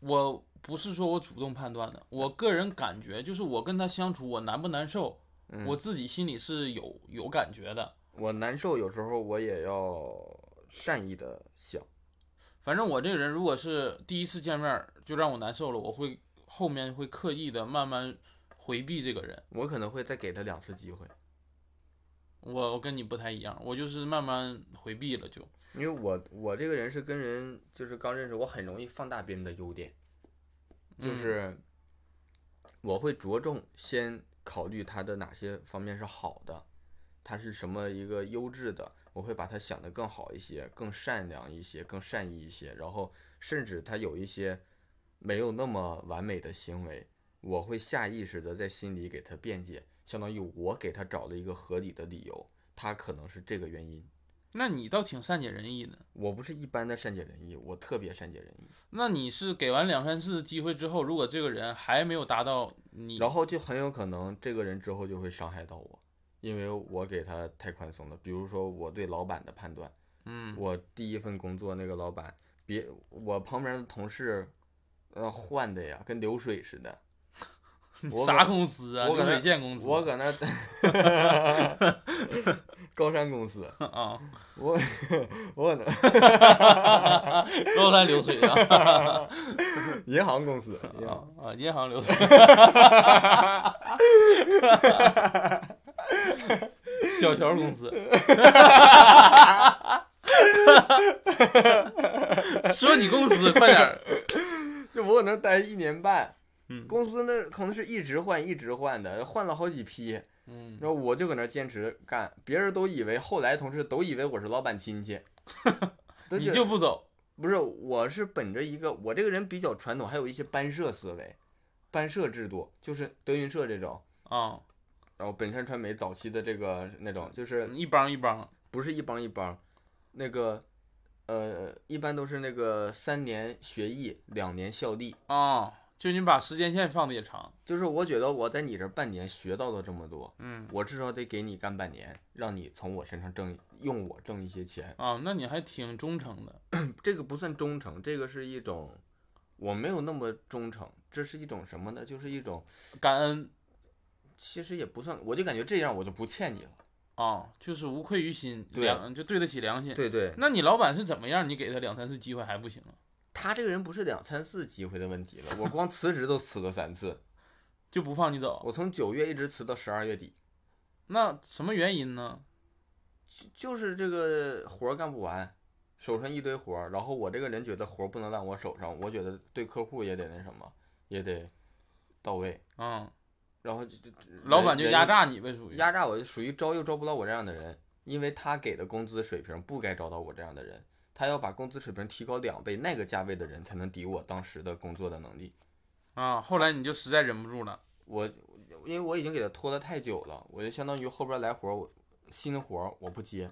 我不是说我主动判断的，我个人感觉就是我跟他相处，我难不难受，嗯我自己心里是有有感觉的。我难受，有时候我也要善意的想。反正我这个人，如果是第一次见面儿就让我难受了，我会后面会刻意的慢慢回避这个人。我可能会再给他两次机会，我我跟你不太一样，我就是慢慢回避了就。因为我我这个人是跟人就是刚认识，我很容易放大别人的优点，就嗯是我会着重先考虑他的哪些方面是好的，他是什么一个优质的，我会把他想得更好一些，更善良一些，更善意一些，然后甚至他有一些没有那么完美的行为，我会下意识的在心里给他辩解，相当于我给他找了一个合理的理由，他可能是这个原因。那你倒挺善解人意的。我不是一般的善解人意，我特别善解人意。那你是给完两三次机会之后，如果这个人还没有达到你，然后就很有可能这个人之后就会伤害到我，因为我给他太宽松了。比如说我对老板的判断，嗯，我第一份工作那个老板，别我旁边的同事，呃，换的呀，跟流水似 的。我啥可公司啊？我可流能水线公司。我搁 那高山公司，啊， 我我可能高山流水啊，银行公司，银行啊，银行流水。 小乔 公司，说你公司快点儿，就我搁 那待一年半，嗯公司那可能是一直换一直换的，换了好几批，嗯，然后我就搁那儿坚持干，别人都以为后来同事都以为我是老板亲 戚，都你觉得就不走，不是我是本着一个我这个人比较传统，还有一些班社思维，班社制度就是德云社这种，啊，然后本山传媒早期的这个那种，就是一帮一帮，不是一帮一帮，那个呃一般都是那个三年学艺，两年效力，啊，就你把时间线放的也长，就是我觉得我在你这儿半年学到了这么多，嗯，我至少得给你干半年，让你从我身上挣用我挣一些钱。啊，那你还挺忠诚的，这个不算忠诚，这个是一种，我没有那么忠诚，这是一种什么呢？就是一种，感恩其实也不算，我就感觉这样我就不欠你了。啊，就是无愧于心，对良就对得起良心。对对，那你老板是怎么样？你给他两三次机会还不行啊？他这个人不是两三次机会的问题了，我光辞职都辞了三次，就不放你走？我从九月一直辞到十二月底，那什么原因呢？就就是这个活儿干不完，手上一堆活儿，然后我这个人觉得活儿不能烂我手上，我觉得对客户也得那什么，也得到位，啊、然后就就老板就人压榨你呗，属于压榨我就属于招又招不到我这样的人，因为他给的工资水平不该招到我这样的人，他要把工资水平提高两倍，那个价位的人才能抵我当时的工作的能力。啊。后来你就实在忍不住了，我因为我已经给他拖得太久了，我就相当于后边来活儿我新的活儿我不接，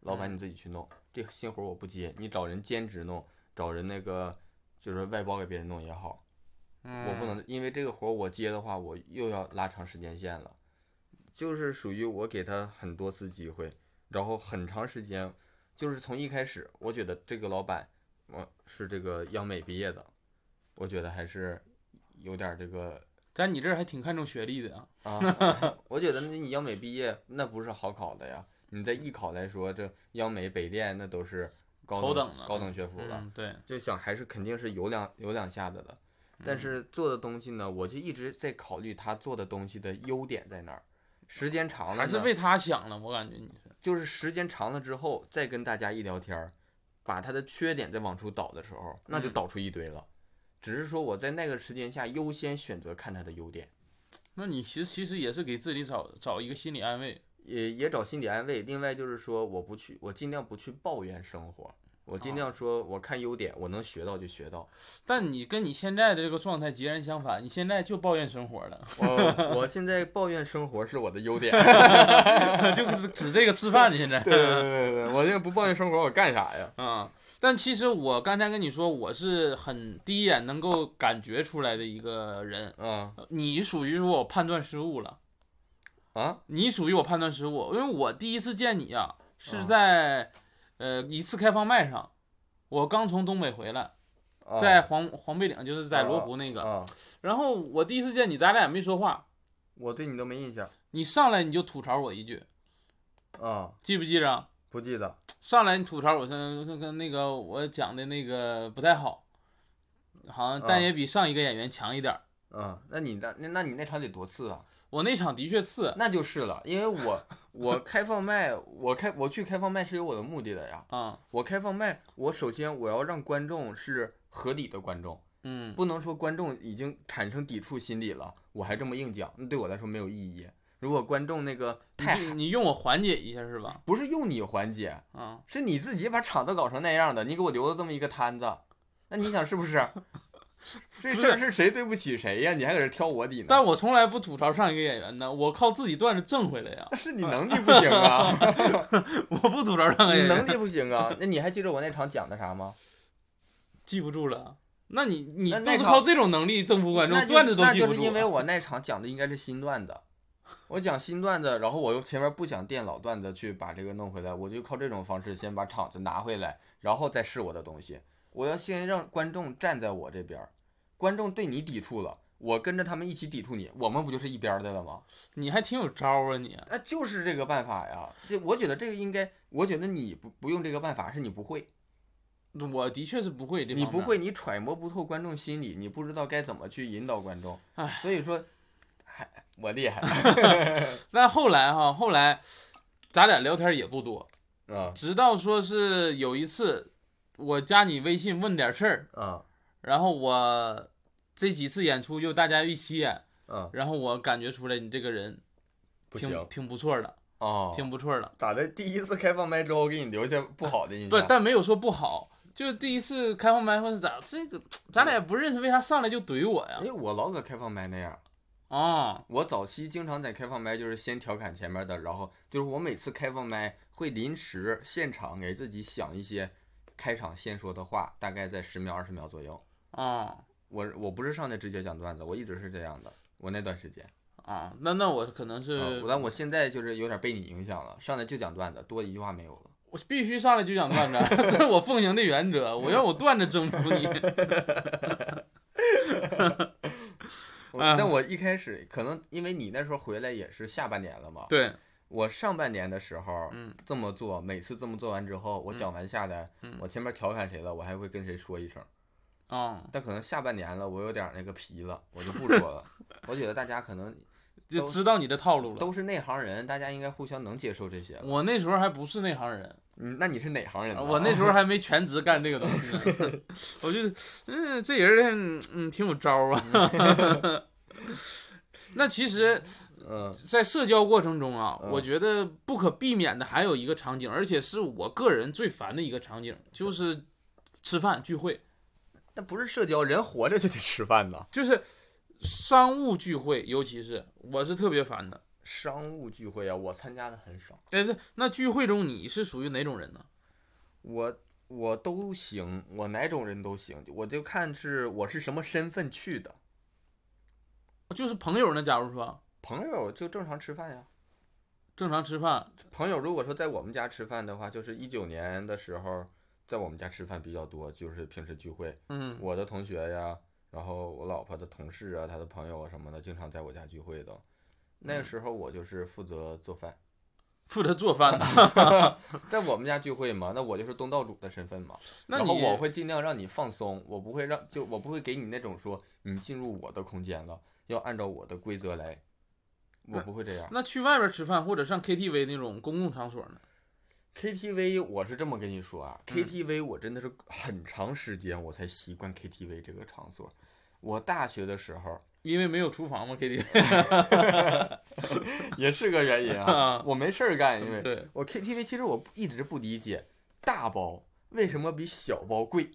老板嗯你自己去弄，这个新活儿我不接，你找人兼职弄，找人那个就是外包给别人弄也好，嗯、我不。能因为这个活儿我接的话，我又要拉长时间线了，就是属于我给他很多次机会，然后很长时间，就是从一开始，我觉得这个老板，我是这个央美毕业的，我觉得还是有点儿这个在你这儿还挺看重学历的啊。啊， 我觉得你央美毕业那不是好考的呀，你在艺考来说，这央美、北电那都是高头等等了高等学府了，嗯，对，就想还是肯定是有两有两下子的，嗯但是做的东西呢，我就一直在考虑他做的东西的优点在哪儿。时间长了还是呢为他想了，我感觉你是。就是时间长了之后，再跟大家一聊天儿，把他的缺点再往出导的时候，那就嗯导出一堆了。只是说我在那个时间下优先选择看他的优点，那你其实其实也是给自己找找一个心理安慰。也也找心理安慰。另外就是说，我不去，我尽量不去抱怨生活，我尽哦量说我看优点，我能学到就学到。 但你跟你现在的这个状态截然相反，你现在就抱怨生 活了，我我现在抱怨生活是我的 优点。就是指这个吃饭。你现在对 对对对，我现在不抱怨生活，我干啥呀？啊、但其实我刚才跟你说，我是很第一眼能够感觉出来的一个人。啊你属于说我判断失误了，啊你属于我判断失误，因为我第一次见你啊是在、呃一次开放麦上，我刚从东北回来，啊！在黄黄背岭，就是在罗湖那个。啊，然后我第一次见你，咱俩也没说话，我对你都没印象你上来你就吐槽我一句，啊，记不记着？不记得。上来你吐槽我是跟跟那个我讲的那个不太好，好像但啊也比上一个演员强一点儿。啊，那你的那那你那场得多次啊？我那场的确次那就是了，因为我我开放麦，我开我去开放麦是有我的目的的呀。啊，我开放麦，我首先我要让观众是合理的观众，嗯不能说观众已经产生抵触心理了，我还这么硬讲，那对我来说没有意义。如果观众那个你太就你用我缓解一下是吧？不是用你缓解，啊，是你自己把场子搞成那样的，你给我留了这么一个摊子，那你想是不是？这不事儿是是谁对不起谁呀？你还搁这挑我底呢？但我从来不吐槽上一个演员呢，我靠自己段子挣回来 呀。但是你能力不行 啊，我不吐槽上个你演员，能力不行啊。那你还记得我那场讲的啥吗？记不住了。那你你那都那是场靠这种能力征服观众那，就段子都那记就不是因为住。啊我那场讲的应该是新段子，我讲新段子，然后我又前面不想垫老段子去把这个弄回来，我就靠这种方式先把场子拿回来，然后再试我的东西。我要先让观众站在我这边儿，观众对你抵触了，我跟着他们一起抵触你，我们不就是一边儿的了吗？你还挺有招儿啊你。那就是这个办法呀。这我觉得这个应该，我觉得你不不用这个办法是你不会，我的确是不会这方你面，不会，你揣摩不透观众心理，你不知道该怎么去引导观众唉。所以说，还我厉害 但后来哈，后来咱俩聊天也不多，啊直到说是有一次我加你微信问点事儿，啊然后我这几次演出就大家一起演，啊！然后我感觉出来你这个人不挺行挺不错的，哦，挺不错的。咋的？第一次开放麦之后给你留下不好的印象？不，但没有说不好。就是第一次开放麦或是咋，这嗯个咱俩也不认识，为啥上来就怼我呀因？为哎我老搁开放麦那样。啊、我早期经常在开放麦，就是先调侃前面的，然后就是我每次开放麦会临时现场给自己想一些开场先说的话，大概在十秒二十秒左右。啊我我不是上来直接讲段子，我一直是这样的。我那段时间，啊！那那我可能是、啊但我现在就是有点被你影响了，上来就讲段子，多一句话没有了。我必须上来就讲 段子，这是我奉行的原则。我要我段子征服你。我啊但我一开始可能因为你那时候回来也是下半年了嘛，对，我上半年的时候嗯这么做，每次这么做完之后，我讲完下来，嗯我前面调侃谁了，我还会跟谁说一声。啊、但可能下半年了，我有点儿那个皮了，我就不说了。我觉得大家可 能就都知道你的套路了。都是内行人，大家应该互相能接受这些了。我那时候还不是内行人，嗯，那你是哪行人呢？嗯啊我那时候还没全职干这个东西 呢。我就，嗯，这人嗯挺有招儿啊。 那其实， 嗯在社交过程中啊，嗯我觉得不可避免的还有一个场景，而且是我个人最烦的一个场景，就是吃饭聚会。那不是社交，人活着就得吃饭呐。就是商务聚会，尤其是我是特别烦的。商务聚会啊，我参加的很少，哎，对，那聚会中你是属于哪种人呢？我我都行，我哪种人都行，我就看是我是什么身份去的。就是朋友呢？假如说朋友就正常吃饭呀。正常吃饭，朋友如果说在我们家吃饭的话，就是一九年的时候，在我们家吃饭比较多，就是平时聚会，嗯，我的同学呀，然后我老婆的同事啊，她的朋友啊什么的，经常在我家聚会的。那个时候我就是负责做饭，负责做饭的。在我们家聚会嘛，那我就是东道主的身份嘛。那然后你我会尽量让你放松，我不会让就我不会给你那种说你进入我的空间了，要按照我的规则来，我不会这样。那去外边吃饭或者上 KTV 那种公共场所呢？ KTV 我是这么跟你说啊，KTV 嗯我真的是很长时间我才习惯 KTV 这个场所。我大学的时候因为没有厨房嘛，KTV 也是个原因 啊，我没事儿干，因为对，我 KTV 其实我不一直不理解大包为什么比小包贵。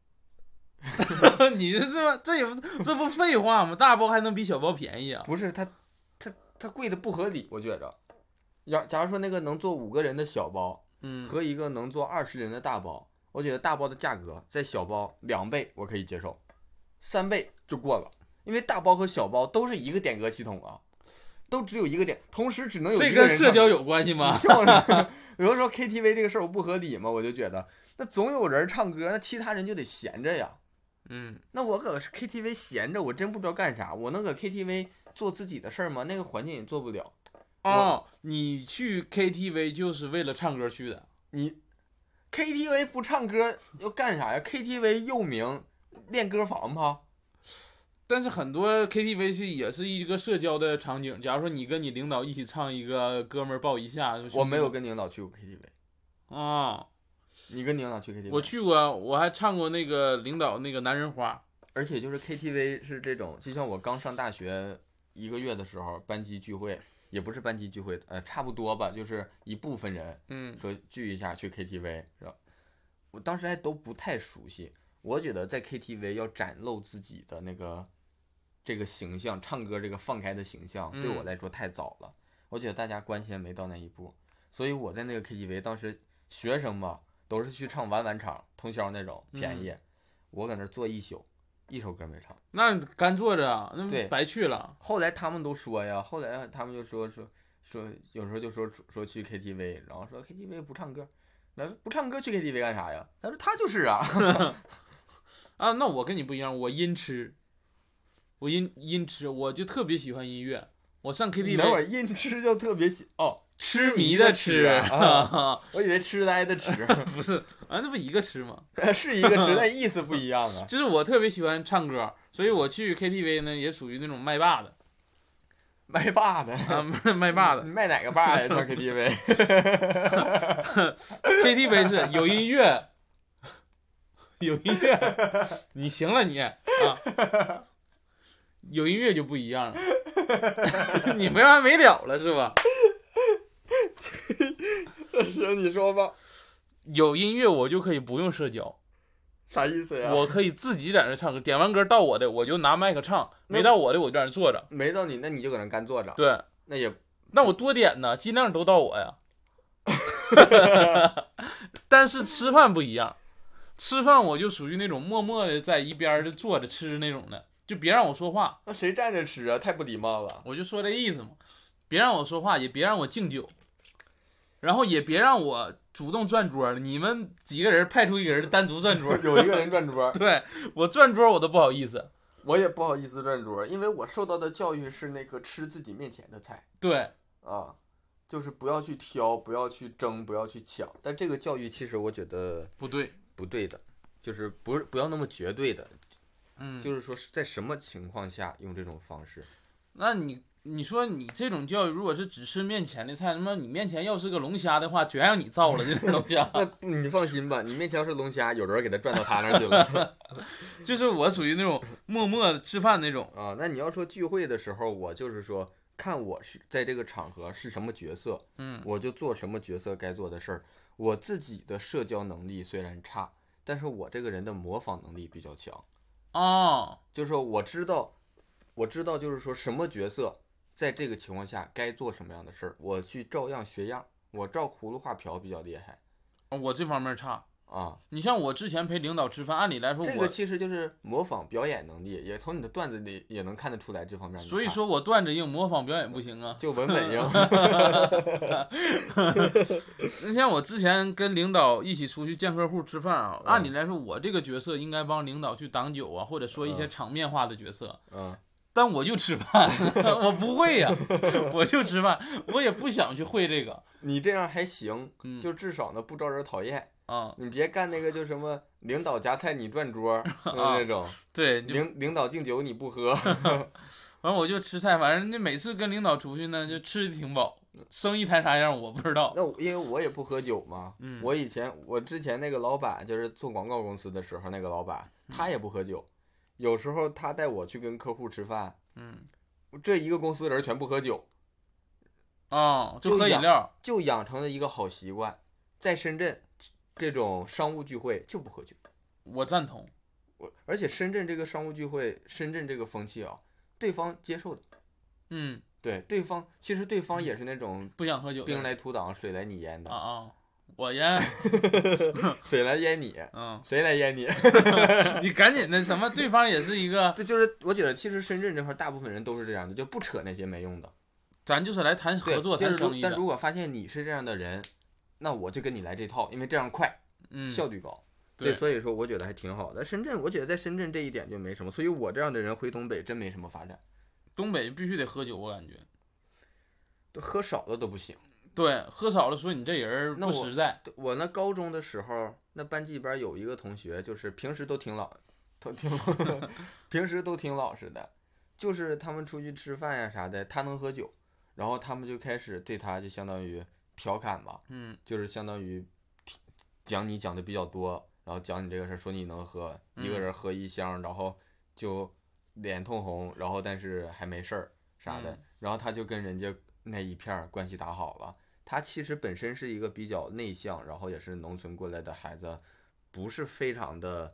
你这这这也不这不废话吗？大包还能比小包便宜啊？不是它，它它贵的不合理，我觉着。要假如说那个能坐五个人的小包嗯，和一个能坐二十人的大包，我觉得大包的价格在小包两倍我可以接受，三倍就过了，因为大包和小包都是一个点歌系统啊，都只有一个点，同时只能有啊这一个跟人社唱交有关 系你吗？听我说，有的时候 KTV 这个事儿我不合理嘛，我就觉得那总有人唱歌，那其他人就得闲着呀。嗯，那我搁 KTV 闲着，我真不知道干啥。我能搁 KTV 做自己的事儿吗？那个环境也做不了。哦，你去 KTV 就是为了唱歌去的。你 KTV 不唱歌要干啥呀？KTV 又名练歌房吗？但是很多 KTV 是也是一个社交的场景。假如说你跟你领导一起唱一个《哥们儿抱一下》，就是我没有跟领导去过 KTV，啊，你跟领导去 KTV？我，去过，我还唱过那个领导那个《男人花而且就是 KTV 是这种，就像我刚上大学一个月的时候，班级聚会也不是班级聚会，呃，差不多吧，就是一部分人》。嗯说聚一下去 KTV 是吧？我当时还都不太熟悉，我觉得在 KTV 要展露自己的那个这个形象，唱歌这个放开的形象，对我嗯来说太早了。我觉得大家观先没到那一步，所以我在那个 KTV 当时学生嘛，都是去唱晚晚场、通宵那种便宜，嗯我搁那儿坐一宿，一首歌没唱。那干坐着啊，那对不白去了。后来他们都说呀，后来他们就说说说，有时候就说说去 KTV，然后说 KTV 不唱歌，那不唱歌去 KTV 干啥呀？他说他就是啊，啊，那我跟你不一样，我音痴，我音音痴，我就特别喜欢音乐。我上你等会 KTV 儿音痴就特别喜哦，痴迷迷的的痴痴，啊我以为痴呆的痴 不是啊，那不一个痴吗？是一个痴，但意思不一样 啊。就是我特别喜欢唱歌，所以我去 KTV 呢也属于那种麦霸的卖霸的，啊， 麦麦霸的你卖哪个霸呀？上 KTV， KTV 是有音乐，有音乐，你行了你啊，有音乐就不一样了，你没完没了 了是吧？ 行，你说吧，有音乐我就可以不用社交。啥意思呀？我可以自己在那唱歌，点完歌到我的我就拿麦克唱，那没到我的我就在那坐着。没到你，那你就搁那干坐着，对，那也那我多点呢，尽量都到我呀。但是吃饭不一样，吃饭我就属于那种默默的在一边儿就坐着吃那种的，就别让我说话，那谁站着吃啊？太不礼貌了。，我就说这意思嘛，别让我说话，也别让我敬酒，然后也别让我主动转桌儿，你们几个人派出一个人单独转桌儿 有一个人转桌，对我转桌儿我都不好意思，我也不好意思转桌，因为我受到的教育是那个吃自己面前的菜对。啊，就是不要去挑，不要去争，不要去抢。但这个教育其实我觉得不对，不对的，就是不是不要那么绝对的，嗯，就是说是在什么情况下用这种方式。。那你你说你这种教育，如果是只吃面前的菜，他妈你面前要是个龙虾的话，全让你造了这种啊龙虾那你放心吧，你面条是龙虾，有人给他转到他那儿去了 就是我属于那种默默吃饭那种，啊。那你要说聚会的时候，我就是说看我是在这个场合是什么角色，嗯，我就做什么角色该做的事儿。我自己的社交能力虽然差，但是我这个人的模仿能力比较强，哦，就是说我知道，我知道就是说什么角色在这个情况下该做什么样的事儿，我去照样学样，我照葫芦画瓢比较厉害我这方面差。啊。你像我之前陪领导吃饭，按理来说这我个，其实就是模仿表演能力，也从你的段子里也能看得出来这方面的差。所以说我段子硬，模仿表演不行啊。就文本硬， 你像我之前跟领导一起出去见客户吃饭啊，嗯按理来说我这个角色应该帮领导去挡酒啊，或者说一些嗯场面化的角色。嗯，但我就吃饭， 我不会呀、 我就吃饭， 我也不想去会这个，你这样还行，嗯，就至少呢不招人讨厌。啊、你别干那个就什么领导夹菜你转桌 儿就是那种，对，啊就领领导敬酒你不 喝，反正我就吃菜，反正那每次跟领导出去呢，就吃的挺饱，生意谈啥样我不知道，嗯那我因为我也不喝酒嘛。嗯我以前我之前那个老板就是做广告公司的时候，那个老板嗯他也不喝酒，有时候他带我去跟客户吃饭，嗯，这一个公司人全不喝酒，啊、就就喝一饮样料，就养成了一个好习惯，在深圳这种商务聚会就不喝酒。我赞同，我而且深圳这个商务聚会，深圳这个风气啊，对方接受的，嗯，对对方其实对方也是那种不想喝酒的兵来土挡，水来你淹啊的，啊，我烟，水来淹你，嗯，谁来淹你？你赶紧的，什么，对方也是一个， 这就是我觉得，其实深圳这块儿大部分人都是这样的，就不扯那些没用的。咱就是来谈对，合作但谈是如生意但的如，果发现你是这样的人，那我就跟你来这套，因为这样快，嗯，效率高。对所以说我觉得还挺好的。深圳，我觉得在深圳这一点就没什么，所以我这样的人回东北真没什么发展，东北必须得喝酒，我感觉，都喝少了都不行。对，喝少了说你这人儿那不我实在，对我那高中的时候，那班级里边有一个同学，就是平时都挺老，都挺 平时都挺老实的，就是他们出去吃饭呀啥的，他能喝酒，然后他们就开始对他就相当于调侃吧，嗯就是相当于提讲你讲的比较多，然后讲你这个事儿，说你能喝，一个嗯人喝一箱，然后就脸通红，然后但是还没事儿啥的嗯，然后他就跟人家那一片儿关系打好了。他其实本身是一个比较内向，然后也是农村过来的孩子，不是非常的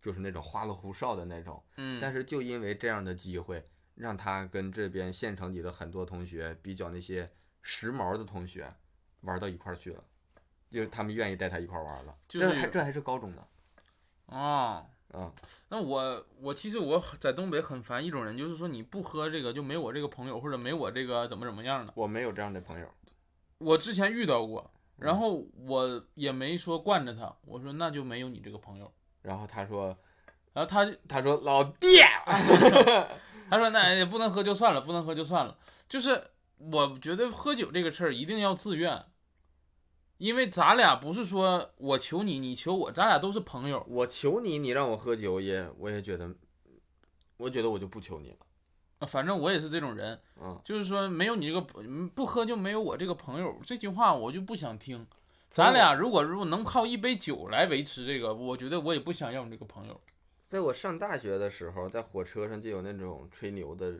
就是那种花里胡哨的那种。嗯，但是就因为这样的机会，让他跟这边县城里的很多同学，比较那些时髦的同学，玩到一块儿去了，就是他们愿意带他一块儿玩了。就这还是这还是高中呢，啊。嗯，那我我其实我在东北很烦一种人，就是说你不喝这个就没我这个朋友，或者没我这个怎么怎么样的。我没有这样的朋友。我之前遇到过，然嗯后我也没说惯着他，我说那就没有你这个朋友。然后他说，然后他他说老弟，啊他说那也不能喝就算了，不能喝就算了。就是我觉得喝酒这个事儿一定要自愿，因为咱俩不是说我求你，你求我，咱俩都是朋友。我求你，你让我喝酒也，我也觉得，我觉得我就不求你了。呃反正我也是这种人，嗯，就是说没有你这个嗯不喝就没有我这个朋友这句话，我就不想听。咱俩如果如果能靠一杯酒来维持这个，我觉得我也不想要你这个朋友。在我上大学的时候，在火车上就有那种吹牛的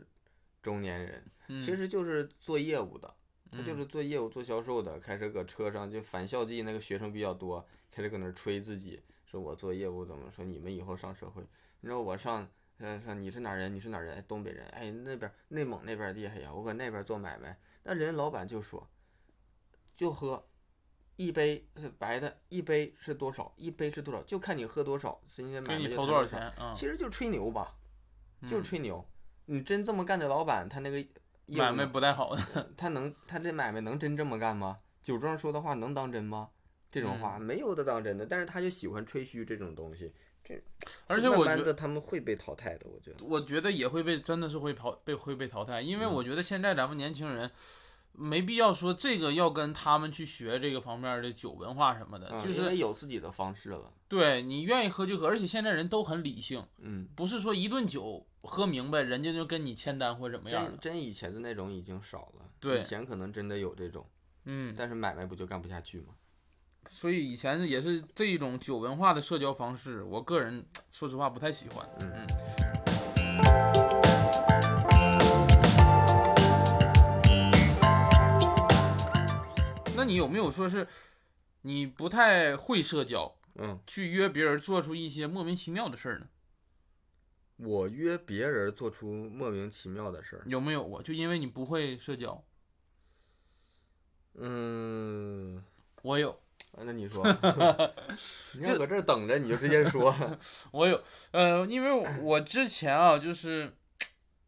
中年人，嗯、其实就是做业务的，他嗯就是做业务、做销售的，开始搁车上就返校季那个学生比较多，开始搁那儿吹自己，说我做业务怎么说，你们以后上社会，你知道我上。嗯，上你是哪儿人？你是哪儿人？哎东北人。哎，那边内蒙那边厉害呀！我搁那边做买卖，那人老板就说，就喝一杯是白的，一杯是多少？一杯是多少？就看你喝多少，今天买给你卖就投谈多少钱？啊？其实就吹牛吧，就是嗯吹牛。你真这么干的老板，他那个业务买能卖不太 好的。他能他这买卖能真这么干吗？酒庄说的话能当真吗？这种话、嗯没有的当真的，但是他就喜欢吹嘘这种东西，而且慢我觉慢的他们会被淘汰的，我觉得。我觉得也会被，真的是会淘被会被淘汰，因为嗯我觉得现在咱们年轻人没必要说这个要跟他们去学这个方面的酒文化什么的，嗯就因为是有自己的方式了，对你愿意喝就喝，而且现在人都很理性，嗯，不是说一顿酒喝明白人家就跟你签单或怎么样真的，真以前的那种已经少了，对以前可能真的有这种，嗯，但是买卖不就干不下去吗？所以以前也是这种酒文化的社交方式，我个人说实话不太喜欢，嗯嗯。那你有没有说是你不太会社交，嗯，去约别人做出一些莫名其妙的事儿呢？我约别人做出莫名其妙的事儿，有没有过？就因为你不会社交，嗯，我有，啊那你 说，你要搁这儿等着，你就直接 说，我有，呃，因为我我之前啊，就是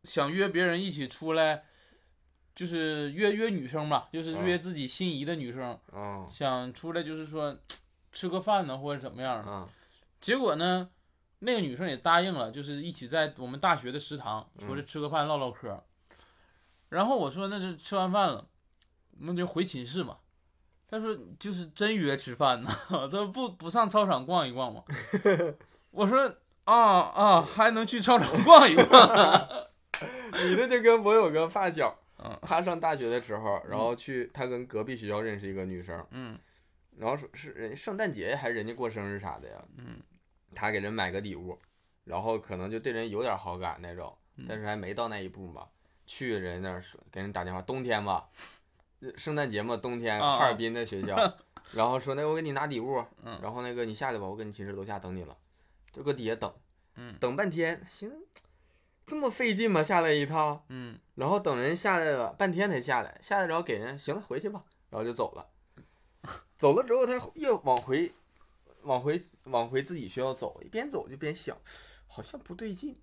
想约别人一起出来，就是约约女生吧，就是嗯约自己心仪的女生，啊想出来就是说吃个饭呢，或者怎么样的。啊，结果呢，那个女生也答应了，就是一起在我们大学的食堂嗯说是吃个饭唠唠嗑儿。然后我说那就吃完饭了，那就回寝室吧。她说就是真约吃饭呢， 她说不不上操场逛一逛吗？我说啊啊，还能去操场逛一逛。 你这就跟我有个发小，嗯他上大学的时候，然后去他跟隔壁学校认识一个女生，嗯然后说是人圣诞节还是人家过生日啥的呀，嗯他给人买个礼物，然后可能就对人有点好感那种嗯，但是还没到那一步嘛，去人那儿说给人打电话，冬天嘛，呃圣诞节嘛，冬天啊哈尔滨的学 校，然后说那我给你拿礼物，嗯然后那个你下来吧，我跟你寝室楼下等你了，就搁底下等嗯等半天，寻思这么费劲吗？下来一趟。嗯，然后等人下来了，半天才下来，下来然后给人行了回去吧，然后就走了。走了之后，他又往回，往回，往回自己学校走，一边走就边想，好像不对劲。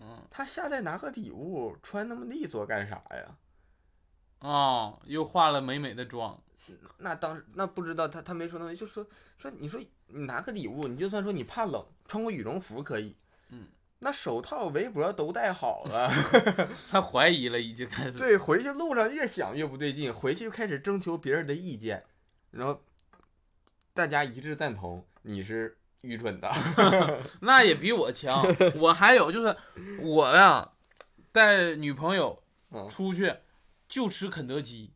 嗯他下来拿个礼物，穿那么利索干啥呀？哦，又化了美美的妆。那当时那不知道他他没说东西，就说说你说你拿个礼物，你就算说你怕冷，穿个羽绒服可以，嗯，那手套、围脖都戴好了。她怀疑了，已经开始。对，回去路上越想越不对劲，回去开始征求别人的意见，然后大家一致赞同你是愚蠢 的。那也比 我强。我还有就是，我呀，带女朋友嗯出去就吃肯德基，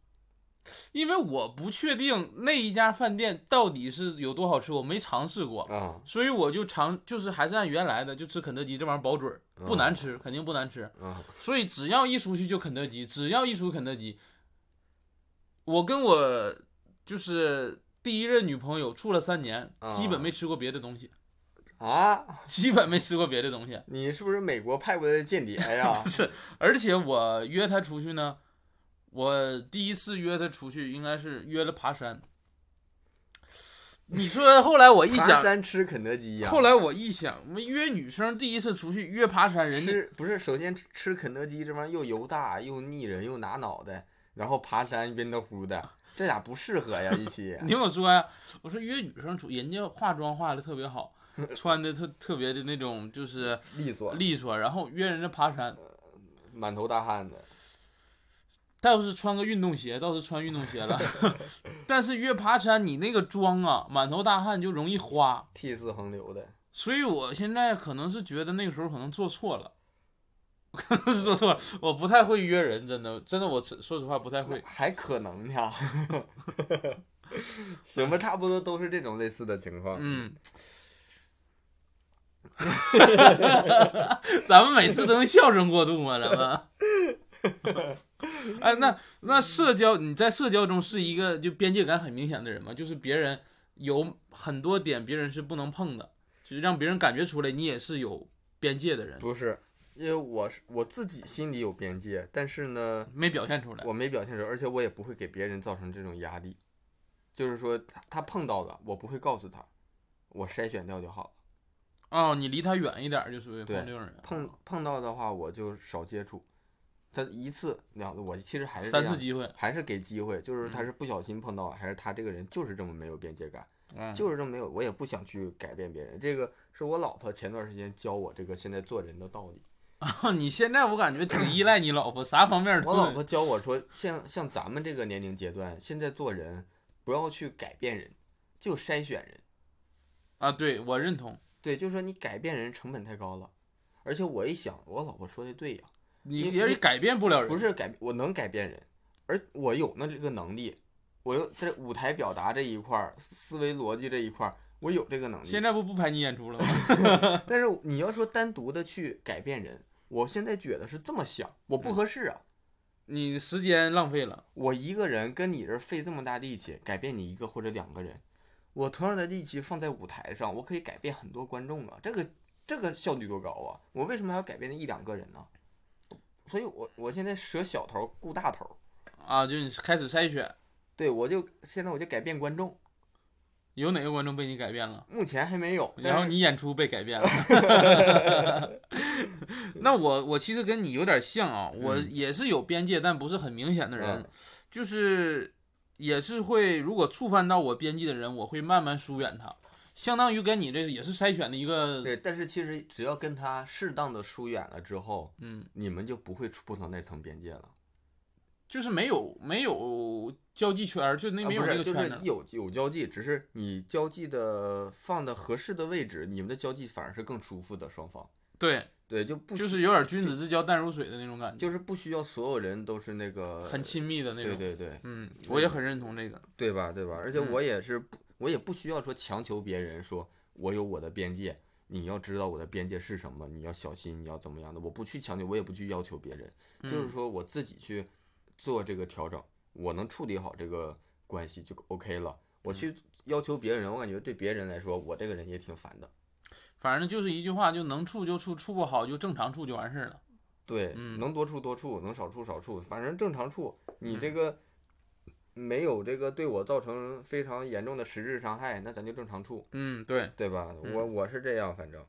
因为我不确定那一家饭店到底是有多好吃，我没尝试过，啊所以我就尝，就是还是按原来的，就吃肯德基，这玩意儿保准儿，不难嗯吃，肯定不难吃。啊所以只要一出去就肯德基，只要一出肯德基，我跟我就是第一任女朋友处了三年，基本啊没吃过别的东西。啊，基本没吃过别的东西。你是不是美国派过来的间谍呀？ 不是，而且我约他出去呢，我第一次约他出去应该是约了爬山。你说后来我一爬想，山吃肯德基呀、后来我一想，我们约女生第一次出去约爬山，人家吃不是，首先吃吃肯德基这玩意儿又油大又腻人又拿脑袋，然后爬山晕得乎的，这俩不适合呀，一 起你听我说呀、啊我说约女生出，人家化妆化的特别好， 穿的特特别的那种就是利索，利索，然后约人家爬山，满头大汗的。倒是穿个运动鞋，倒是穿运动鞋了， 但是约爬山你那个妆啊，满头大汗就容易花，涕泗横流的，所以我现在可能是觉得那个时候可能做错了。可能是做错了，我不太会约人，真的，真的，我说实话不太 会。还可能呢。 行吧，差不多都是这种类似的情况。嗯，咱们每次都能笑声过度吗？咱们？哎，那那社交，你在社交中是一个就边界感很明显的人吗？就是别人有很多点别人是不能碰的，就是让别人感觉出来你也是有边界的人，不是，因为我是我自己心里有边界，但是呢，没表现出来。我没表现出来，而且我也不会给别人造成这种压力。就是说他，他碰到了，我不会告诉他，我筛选掉就好了。哦，你离他远一点，就属于碰对这种人。啊碰碰到的话，我就少接触。他一次两，我其实还是这三样次机 会，还是给机会，就是他嗯是不小心碰到，还是他这个人就是这么没有边界感。嗯，就是这么没有，我也不想去改变别人。这个是我老婆前段时间教我这个现在做人的道理。哦你现在我感觉挺依赖你老婆，啥方面都我老婆教我说，像像咱们这个年龄阶段，现在做人不要去改变人，就筛选人。啊，对我认同。对，就是说你改变人成本太高了。而且我一想，我老婆说的对呀，你你也你改变不了人，不是改，我能改变人，而我有那这个能力，我又在舞台表达这一块儿、思维逻辑这一块儿，我有这个能力。现在不不排你演出了吗？ 但是你要说单独的去改变人，我现在觉得是这么想，我嗯不合适啊。你时间浪费了，我一个人跟你这儿费这么大力气，改变你一个或者两个人，我同样的力气放在舞台上，我可以改变很多观众啊，这个这个效率多高啊！我为什么还要改变那一两个人呢？所以我我现在舍小头儿顾大头儿，啊，就你开始筛选，对我就现在我就改变观众，有哪个观众被你改变了？目前还没有。然但后是你演出被改变了， 那我我其实跟你有点像啊，我嗯也是有边界，但不是很明显的人，嗯就是也是会，如果触犯到我边界的人，我会慢慢疏远他，相当于跟你这也是筛选的一个，对，但是其实只要跟他适当的疏远了之后，嗯，你们就不会触碰到那层边界了。就是没有没有交际圈儿，就那啊没有不这是，个就圈子是，有有交际，只是你交际的放的合适的位置，你们的交际反而是更舒服的双方。对，对，就不就需是有点君子之交淡如水的那种感觉。就是不需要所有人都是那个很亲密的那种。对对对嗯，我也很认同这个。对吧对吧？而且嗯我也是不，我也不需要说强求别人说我有我的边界，你要知道我的边界是什么，你要小心，你要怎么样的，我不去强求，我也不去要求别人，就是嗯说我自己去做这个调整，我能处理好这个关系就 OK 了。嗯我去要求别人，我感觉对别人来说，我这个人也挺烦的。反正就是一句话，就能处就处，处不好就正常处就完事儿了。对，嗯能多处多处，能少处少处，反正正常处。你嗯这个没有这个对我造成非常严重的实质伤害，那咱就正常处，嗯，对。对吧？我嗯我是这样，反正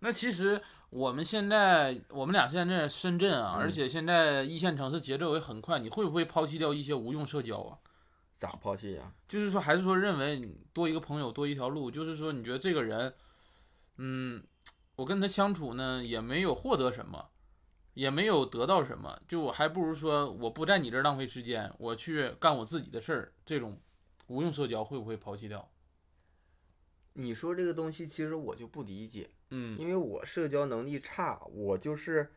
那其实我们现在，我们俩现在在深圳啊，嗯而且现在一线城市节奏也很快，你会不会抛弃掉一些无用社交啊？咋抛弃呀、就是说，还是说认为你多一个朋友多一条路，就是说你觉得这个人，嗯，我跟他相处呢也没有获得什么，也没有得到什么，就我还不如说我不在你这儿浪费时间，我去干我自己的事儿，这种无用社交会不会抛弃掉？你说这个东西，其实我就不理解，嗯因为我社交能力差，我就是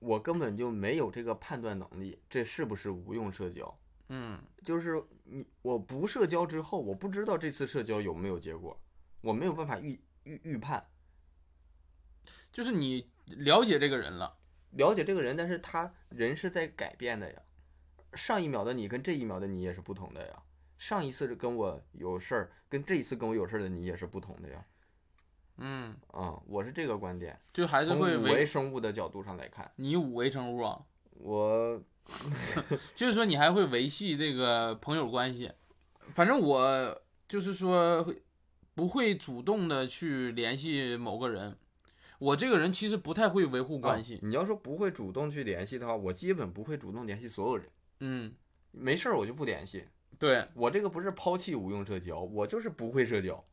我根本就没有这个判断能力，这是不是无用社交？嗯，就是你我不社交之后，我不知道这次社交有没有结果，我没有办法预预预判。就是你了解这个人了，了解这个人，但是他人是在改变的呀。上一秒的你跟这一秒的你也是不同的呀。上一次跟我有事儿，跟这一次跟我有事儿的你也是不同的呀。嗯，啊、我是这个观点。就还是从会五维围生物的角度上来看，你五维生物啊，我就是说你还会维系这个朋友关系。反正我就是说会不会主动的去联系某个人，我这个人其实不太会维护关啊系。你要说不会主动去联系的话，我基本不会主动联系所有人。嗯，没事儿我就不联系，对我这个不是抛弃无用社交，我就是不会社交。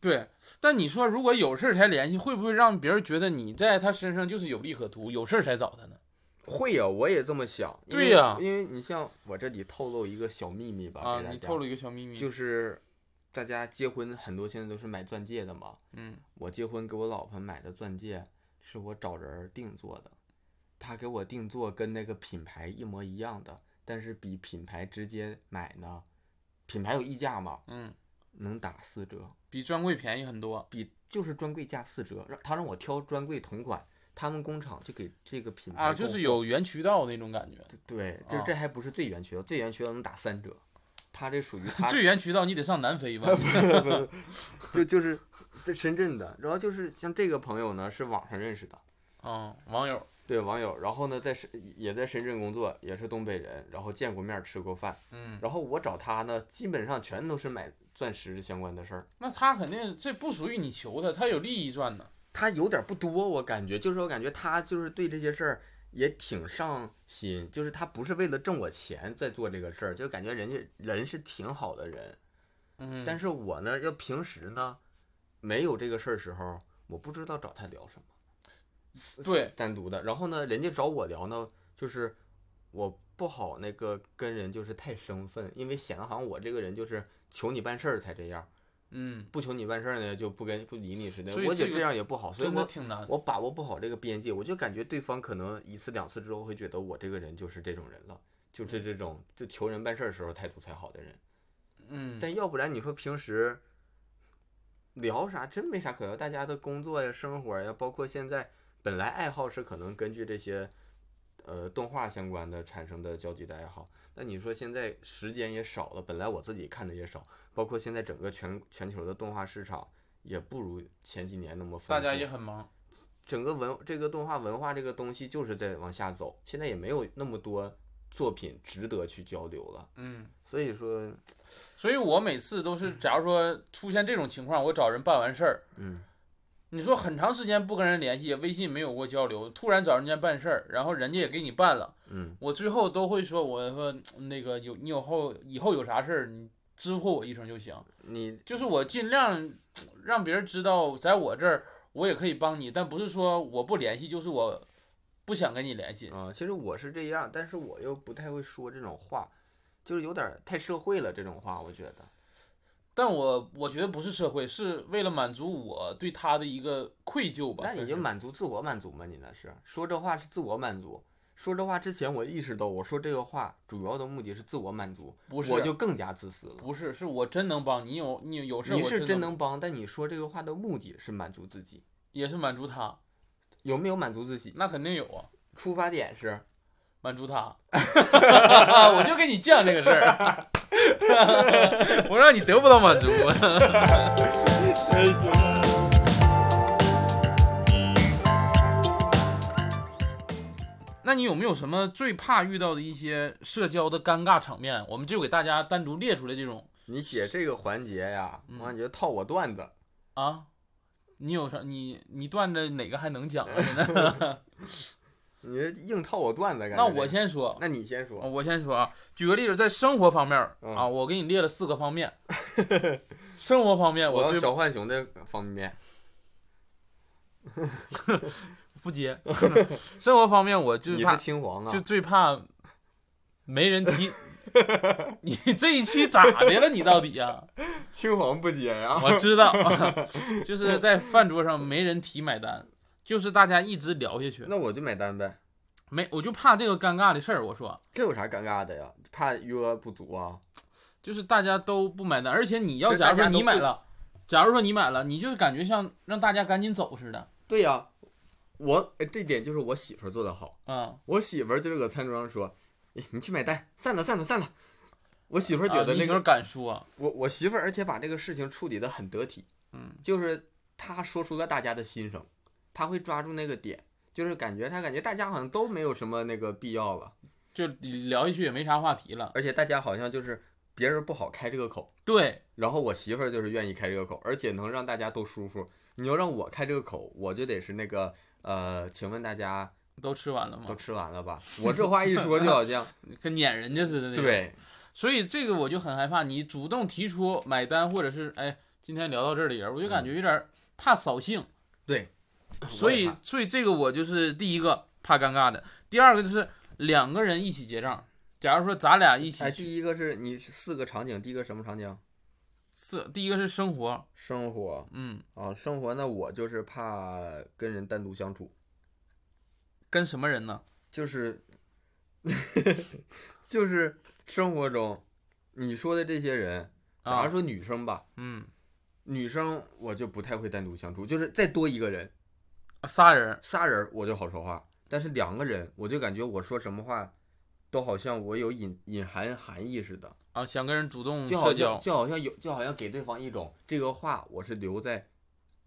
对。但你说如果有事儿才联系，会不会让别人觉得你在他身上就是有利可图，有事儿才找他呢？会呀、我也这么想。因对为呀因为你像我这里透露一个小秘密吧，啊给，大你家透露一个小秘密，就是是大家结婚很多现在都是买钻戒的嘛。嗯，我结婚给我老婆买的钻戒是我找人儿定做的，她给我定做跟那个品牌一模一样的，但是比品牌直接买呢，品牌有溢价嘛，嗯，能打四折，比专柜便宜很多。比就是专柜价四折，让他让我挑专柜同款，他们工厂就给这个品牌啊，就供是货有原渠道那种感觉。对，这啊这还不是最原渠道，最原渠道能打三折，他这 属于他最原渠道你得上 南非吧？就就是在深圳的，然后就是像这个朋友呢是网上认识的，啊，网友，对网友，然后呢在深也在深圳工作，也是东北人，然后见过面吃过饭，嗯，然后我找他呢基本上全都是买钻石相关的事儿，那他肯定这不属于你求他，他有利益赚呢。他有点不多，我感觉就是我感觉他就是对这些事儿。也挺上心，就是他不是为了挣我钱在做这个事儿，就感觉人家人是挺好的人，嗯，但是是我呢，要平时呢，没有这个事儿时候，我不知道找他聊什么，对，单独的。然后呢，人家找我聊呢，就是我不好那个跟人就是太生分，因为显得好像我这个人就是求你办事儿才这样，嗯，不求你办事儿呢就不跟不理你似的。所以我觉这得个这样也不好，所以真的我挺难。我把握不好这个边界，我就感觉对方可能一次两次之后会觉得我这个人就是这种人了，就是这种就求人办事儿时候态度才好的人。嗯，但要不然你说平时聊啥，真没啥可聊。大家的工作呀、生活呀，包括现在本来爱好是可能根据这些呃动画相关的产生的交集的爱好。那你说现在时间也少了，本来我自己看的也少，包括现在整个全全球的动画市场也不如前几年那么丰富。大家也很忙。整个文这个动画文化这个东西就是在往下走，现在也没有那么多作品值得去交流了。嗯，所以说，所以我每次都是，假如说出现这种情况，我找人办完事儿，嗯，你说很长时间不跟人联系，微信没有过交流，突然找人家办事儿，然后人家也给你办了，嗯。我最后都会说，我说那个有你有后以后有啥事儿，你知乎我一声就行。你就是我尽量让别人知道，在我这儿我也可以帮你，但不是说我不联系，就是我不想跟你联系。啊、其实我是这样，但是我又不太会说这种话，就是有点儿太社会了这种话，我觉得。但我我觉得不是社会，是为了满足我对他的一个愧疚吧。那你算就是满足自我满足嘛，你那是说这话是自我满足。说这话之前，我意识到我说这个话主要的目的是自我满足，不是我就更加自私了。不是，是我真能帮你有你有事，你我是真能能帮，但你说这个话的目的是满足自己，也是满足他，有没有满足自己？那肯定有啊，出发点是满足他。 我就跟你犟这个事儿， 我让你得不到满足。那你有没有什么最怕遇到的一些社交的尴尬场面？我们就给大家单独列出来这种你写这个环节呀，嗯我感觉套我段子，啊。你有啥？你你段子哪个还能讲啊？现在你这硬套我段子，感觉那我这，先说，那你先说，我先说啊。举个例子，在生活方面儿嗯啊，我给你列了四个方 面。生活方面，我要最小浣熊的方便面。不 接。生活方面，我就你怕是青黄啊？就最怕没人提。你这一期咋的了？你到底呀、 青黄不接呀、我知道， 就是在饭桌上没人提买单，就是大家一直聊下去， 那我就买单呗，没我就怕这个尴尬的事儿。我说，这有啥尴尬的呀？怕余额不足啊？就是大家都不买单，而且你要就是假大如说家都你买不了，假如说你买了，你就感觉像让大家赶紧走似的。对呀、我哎这点就是我媳妇儿做的好。嗯，我媳妇儿就是搁餐桌上说：“哎，你去买单，散了，散了，散了。”我媳妇儿觉啊得你那有个、点敢说，我我媳妇儿，而且把这个事情处理的很得体。嗯，就是他说出了大家的心声，他会抓住那个点，就是感觉他感觉大家好像都没有什么那个必要了，就聊一句也没啥话题了。而且大家好像就是别人不好开这个口，对，然后我媳妇儿就是愿意开这个口，而且能让大家都舒服。你要让我开这个口，我就得是那个呃，请问大家都吃完了都吗？吃完了吧？我这话一说，就好 像跟撵人家似的那种。，对所以这个我就很害怕，你主动提出买单，或者是哎，今天聊到这里，我就感觉嗯有点儿怕扫兴。对，所以，所以这个我就是第一个怕尴尬的，第二个就是两个人一起结账。假如说咱俩一哎，起去，第一个是你四个场景，第一个什么场景？四第一个是生活，生活嗯，啊，生活呢，我就是怕跟人单独相处，跟什么人呢？就是 就是生活中你说的这些人，假啊如，说女生吧，嗯，女生我就不太会单独相处，就是再多一个人，啊仨人，仨人我就好说话，但是两个人我就感觉我说什么话。都好像我有隐隐含含义似的，啊，想跟人主动就好社像交，就好像有就好像给对方一种这个话我是留在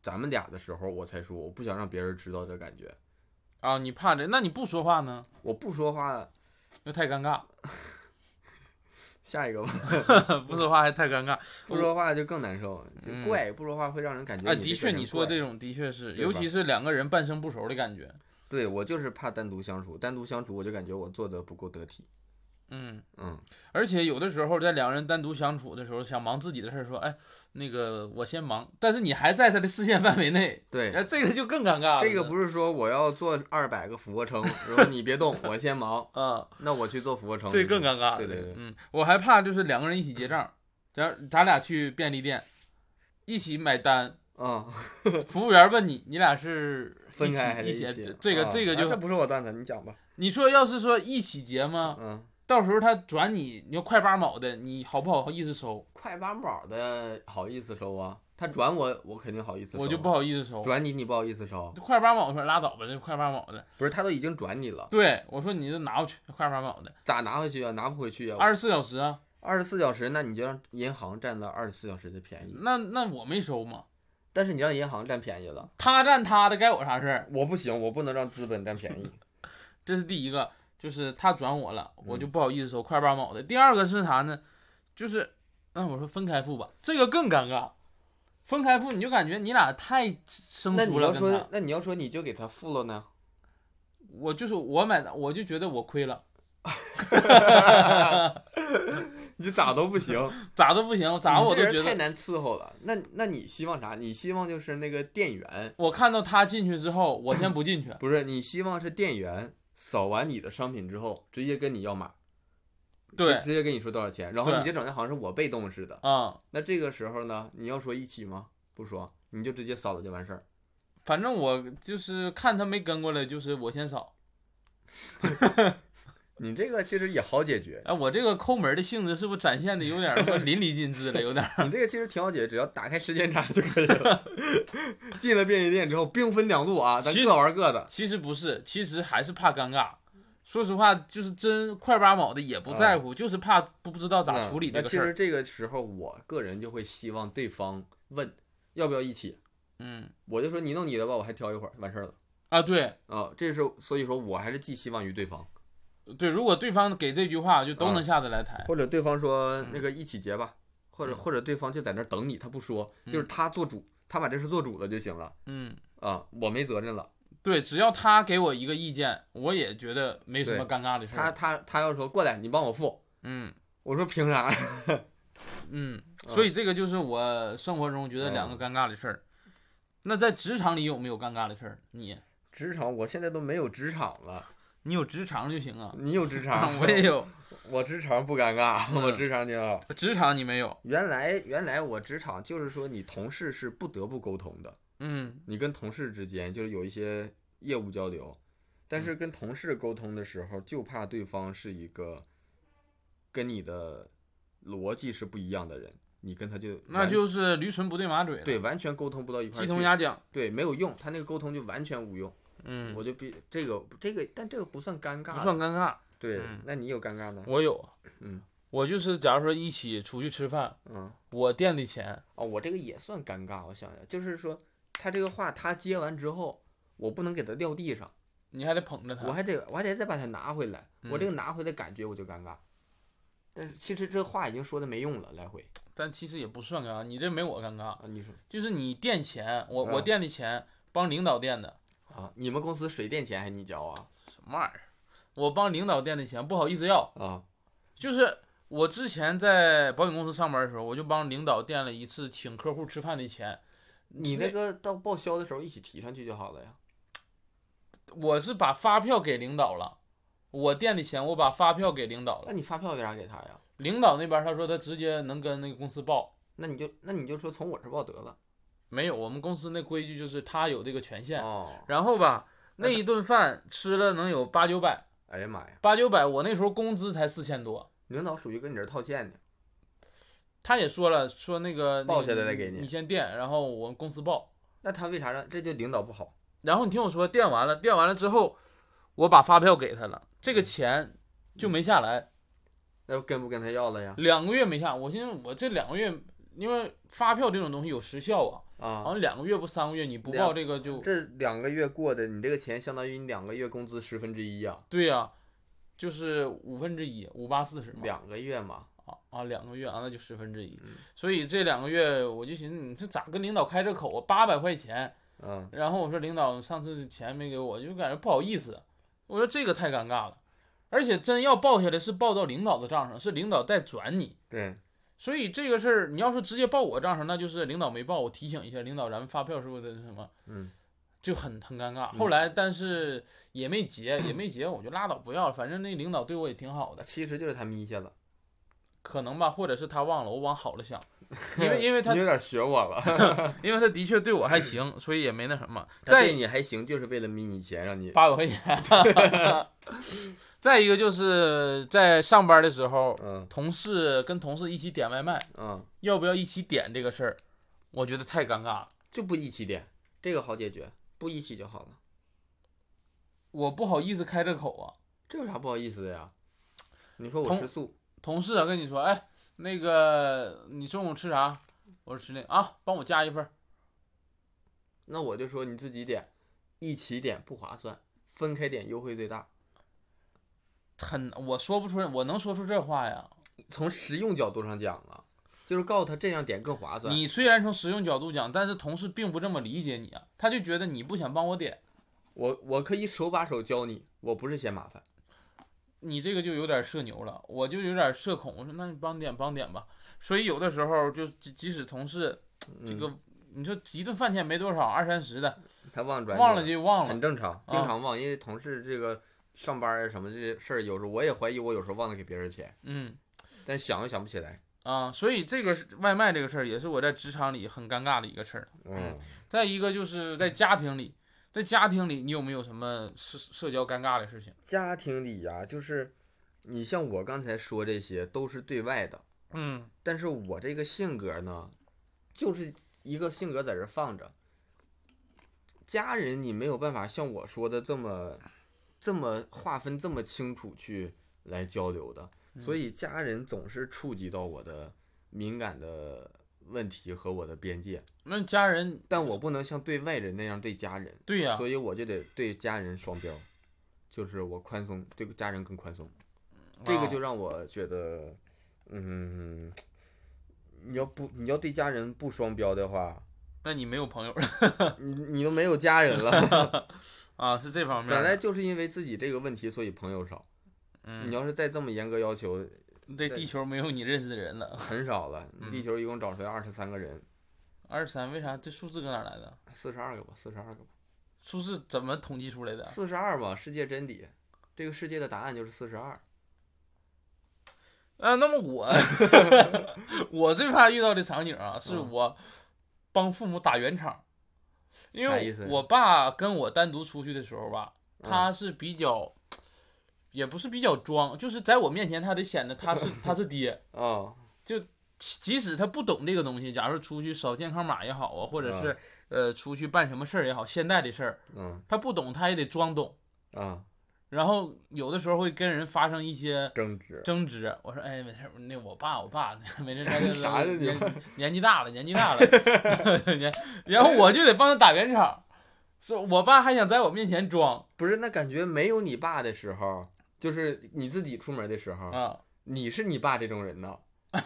咱们俩的时候我才说，我不想让别人知道的感觉。啊，你怕这？那你不说话呢？我不说话，又太尴尬，下一个 吧，不说话还太尴尬。不说话就更难受，就嗯怪、不说话会让人感觉啊，你的这个确，人你说怪这种的确是，对尤吧其是两个人半生不熟的感觉。对我就是怕单独相处，单独相处我就感觉我做的不够得体，嗯，嗯，而且有的时候在两个人单独相处的时候，想忙自己的事儿，说，哎，那个我先忙，但是你还在他的视线范围内，对，哎，这个就更尴尬了。这个不是说我要做二百个俯卧撑，然后你别动，我先忙，啊，那我去做俯卧撑，这更尴尬。对对对嗯，我还怕就是两个人一起结账，咱咱俩去便利店，一起 买单，啊，服务员问你，你俩是一起分开还是一一这起？这个啊这个啊就这不是我段子，你讲吧，你说要是说一起结吗？嗯，到时候他转你，你要快八毛的，你好不好意思收？快八毛的好意思收啊，他转我我肯定好意思收，啊我就不好意思收。转你你不好意思收，快八毛，我说拉倒吧，这快八毛的。不是他都已经转你了，对，我说你这拿回去，快八毛的，咋拿回去啊？拿不回去啊，二十四小时啊。二十四小时，那你就让银行占了二十四小时的便宜，那那我没收嘛，但是你让银行占便宜了，他占他的，该我啥事儿？我不行，我不能让资本占便宜。这是第一个，就是他转我了，我就不好意思收快八毛的。第二个是啥呢？就是，那我说分开付吧，这个更尴尬。分开付你就感觉你俩太生那你疏了，要跟说他。，那你要说你就给他付了 呢？我就是我买的，我就觉得我亏了，你咋都不行，咋都不行，咋我你这人都觉太得。难伺候了。那那你希望啥？你希望就是那个店员，我看到他进去之后，我先不 ，进去不是你希望是店员扫完你的商品之后，直接跟你要码，对就，直接跟你说多少钱，然后对你就整的好像是我被动似的。啊、那这个时候呢，你要说一起吗？不说，你就直接扫了就完事儿。反正我就是看他没跟过来，就是我先扫。你这个其实也好解决，哎，我这个抠门的性质是不是展现的有点儿淋漓尽致了？有点儿你这个其实挺好解决，只要打开时间差就可以了。 进了便利店之后，兵分两路啊，咱其实各玩各的。其实不是，其实还是怕尴尬。说实话，就是真快八毛的也不在乎，就是怕不知道咋那处理嗯这那个其事实儿。这个时候，我个人就会希望对方问要不要一起，嗯我就说你弄你的吧，我还挑一会儿，完事儿了。啊，对啊、这是所以说我还是寄希望于对方，对，如果对方给这句话，就都啊能下得来台。或者对方说嗯那个一起结吧，或者嗯或者对方就在那儿等你，他不说，嗯就是他做主，他把这事做主了就行了嗯，啊、我没责任了。对，只要他给我一个意见，我也觉得没什么对尴尬的事他儿。他他要说过来，你帮我付，嗯我说凭啥？嗯嗯，所以这个就是我生活中觉得两个嗯尴尬的事儿。那在职场里有没有尴尬的事儿？你职场我现在都没有职场了，你有职场就行啊。你有职场， 我也，有我职场不尴尬，我嗯职场挺好。职场，你没有。原来原来我职场就是说，你同事是不得不沟通的，嗯你跟同事之间就是有一些业务交流，但嗯是跟同事沟通的时候，就怕对方是一个跟你的逻辑是不一样的人，你跟他就，那完就是驴唇不对马嘴了。对，完全沟通不到一块鸡儿同去，鸭讲。对，没有用，他那个沟通就完全无用，嗯，我就比这个这个，但这个不算尴尬，不算尴尬。对嗯，那你有尴尬呢？我有，啊嗯，我就是假如说一起出去吃饭，嗯，我垫的钱，哦，我这个也算尴尬，我想想，就是说他这个话他接完之后，我不能给他撂地上，你还得捧着我他。还得我还得再把它拿回来，我这嗯个拿回来感觉我就尴尬。但是其实这话已经说的没用了，来回但其实也不算尴尬，你这没我尴尬，啊，你说就是你垫钱，我啊我垫的钱帮领导垫的，啊，你们公司水电钱还你交啊什么玩意儿？我帮领导垫的钱不好意思要，啊就是我之前在保险公司上班的时候，我就帮领导垫了一次请客户吃饭的钱。你那个到报销的时候一起提上去就好了呀。我是把发票给领导了，我垫的钱我把发票给领导那了，你发票为啥给他呀？领导那边他说他直接能跟那个公司报，那你就那你就说从我这儿报得了。没有，我们公司那规矩就是他有这个权限。哦，然后吧，那那他一顿饭吃了能有八九百，哎呀妈呀，八九百，我那时候工资才四千多。领导属于跟你这儿套现呢。他也说了，说那个报那个下来再你给你你先垫，然后我们公司报。那他为啥让这就领导不好？然后你听我说，垫完了，垫完了之后，我把发票给他了，这嗯个钱就没下来，那跟不跟他要了呀？两个月没下。我寻思我这两个月，因为发票这种东西有时效啊，好啊，像两个月不三个月你不两报这个就这两个月过的，你这个钱相当于你两个月工资十分之一啊呀，对呀、就是五分之一，五八四十嘛。两个月嘛。啊啊，两个月啊，那就十分之一嗯。所以这两个月我就寻思，你这咋跟领导开这口啊？八百块钱，嗯，然后我说领导上次钱没给我，就感觉不好意思。我说这个太尴尬了，而且真要报下来是报到领导的账上，是领导再转你。对，所以这个事儿，你要是直接报我账上，那就是领导没报，我提醒一下领导，咱们发票是不是得什么，嗯，就很很尴尬。嗯后来但是也没结，也没结，我就拉倒不要了，反正那领导对我也挺好的。其实就是他眯下了，可能吧，或者是他忘了，我往好了想，因 为因为他你有点学我了。因为他的确对我还行，所以也没那什么。 他再对你还行，就是为了眯你钱，让你八百块钱， 再一个就是在上班的时候，嗯同事跟同事一起点外卖，嗯，要不要一起点这个事儿，我觉得太尴尬了。就不一起点，这个好解决，不一起就好了，我不好意思开这口啊，这有啥不好意思的呀？你说我同吃素，同事啊跟你说，哎，那个你中午吃啥？我说吃那啊，帮我加一份儿。那我就说你自己点，一起点不划算，分开点优惠最大。很，我说不出来，我能说出这话呀？从实用角度上讲啊，就是告诉他这样点更划算。你虽然从实用角度讲，但是同事并不这么理解你啊，他就觉得你不想帮我点，我我可以手把手教你，我不是嫌麻烦。你这个就有点社牛了，我就有点社恐。我说那你帮点帮点吧。所以有的时候就即即使同事这个，你说一顿饭钱没多少，二三十的，嗯他忘转忘你了就很忘了。啊正常，经常忘，因为同事这个上班啊什么这事儿，有时候我也怀疑我有时候忘了给别人钱，嗯但想又想不起来。啊，所以这个是外卖这个事儿也是我在职场里很尴尬的一个事儿。嗯，再一个就是在家庭里，在家庭里你有没有什么社社交尴尬的事情？家庭里呀、就是你像我刚才说这些都是对外的，嗯但是我这个性格呢，就是一个性格在这儿放着。家人你没有办法像我说的这么这么划分这么清楚去来交流的，所以家人总是触及到我的敏感的问题和我的边界，那家人但我不能像对外人那样对家人，对啊呀、所以我就得对家人双标，就是我宽松，对家人更宽松。这个啊就让我觉得，嗯，你要不你要对家人不双标的话，那你没有朋友你你都没有家人 了。 啊？是这方面本儿来的。就是因为自己这个问题，所以朋友少。嗯你，要是再这么严格要求，这对地球没有你认识的人了。很少了。地嗯球一共找出来二十三个人，二十三，为啥这数字搁哪儿来的？四十二个吧，四十二个吧，数字怎么统计出来的？四十二嘛，世界真理。这个世界的答案就是四十二。啊，那 么我我最怕遇到的场景啊，是嗯我帮父母打圆场，因啥意为思我爸跟我单独出去的时候吧，嗯他是比较，也不是比较装，就是在我面前他得显得他是他是爹，哦，即使他不懂这个东西，假如出去扫健康码也好啊，或嗯者是呃出去办什么事儿也好，现代的事儿嗯他不懂，他也得装懂。啊，然后有的时候会跟人发生一些争执，争执。我说，哎，没事儿，那我爸，我爸， 没事儿，那 啥呀个你年年纪大了，年纪大了， 年，然后我就得帮他打圆场。是我爸还想在我面前装不是那感觉没有你爸的时候，就是你自己出门的时候，啊、你是你爸这种人呢，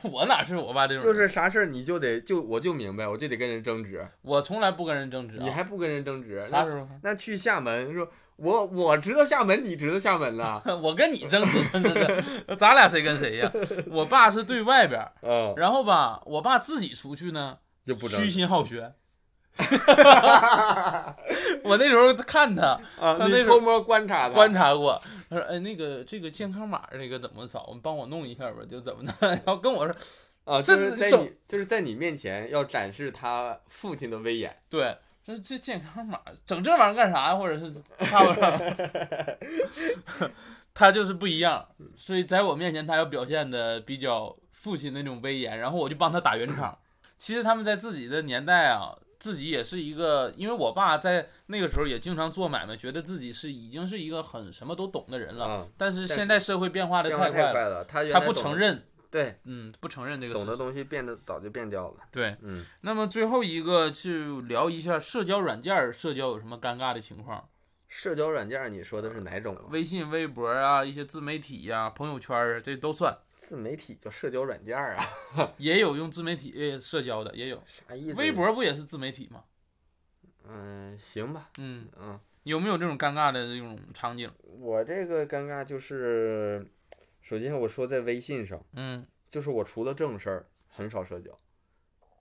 我哪是我爸这种就人？是啥事儿你就得就我就明白，我就得跟人争执，我从来不跟人争执、啊。你还不跟人争执，啥那时候？那去厦门说，我我知道厦门，你知道厦门 了，我跟你争执，真的，咱俩谁跟谁呀？我爸是对外边儿，嗯，然后吧，我爸自己出去呢，就不争虚执心好学。 我那时候看他啊，他你那偷摸观察的，观察过，他说：“哎，那个这个健康码这个怎么扫？你帮我弄一下吧，就怎么的。” 然后跟我说啊，这就是是在总你就是在你面前要展示他父亲的威严，：“对，说这健康码整这玩意儿干啥呀？或者是看不上。” 他就是不一样，所以在我面前他要表现的比较父亲那种威严，然后我就帮他打圆场。其实他们在自己的年代啊，自己也是一个，因为我爸在那个时候也经常做买卖，觉得自己是已经是一个很什么都懂的人了。啊，嗯但是但现在社会变化的变化太太快快了，了，他原他来不懂承得，认，对，嗯，不承认这个懂事的实。东西变得早就变掉了，对，嗯，那么最后一个去聊一下社交软件儿，社交有什么尴尬的情况？社交软件儿你说的是哪种啊？微信、微博啊，一些自媒体呀、朋友圈儿啊，这都算。自媒体叫社交软件儿啊，也有用自媒体呃社交的，也有。啥意思？微，博不也是自媒体吗？嗯，行吧，嗯，嗯，有没有这种尴尬的这种场景？我这个尴尬就是，首先我说在微信上，嗯，就是我除了正事儿很少社交，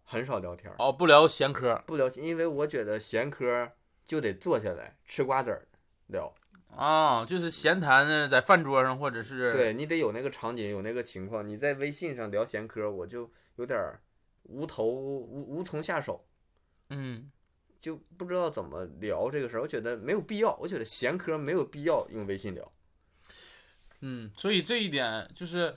很少聊天儿，哦，不聊闲嗑儿不聊，因为我觉得闲嗑儿就得坐下来吃瓜子儿聊，啊、就是闲谈呢，在饭桌上或者是，对你得有那个场景，有那个情况。你在微信上聊闲嗑，我就有点儿无头无无从下手，嗯，就不知道怎么聊这个事儿。我觉得没有必要，我觉得闲嗑没有必要用微信聊。嗯，所以这一点就是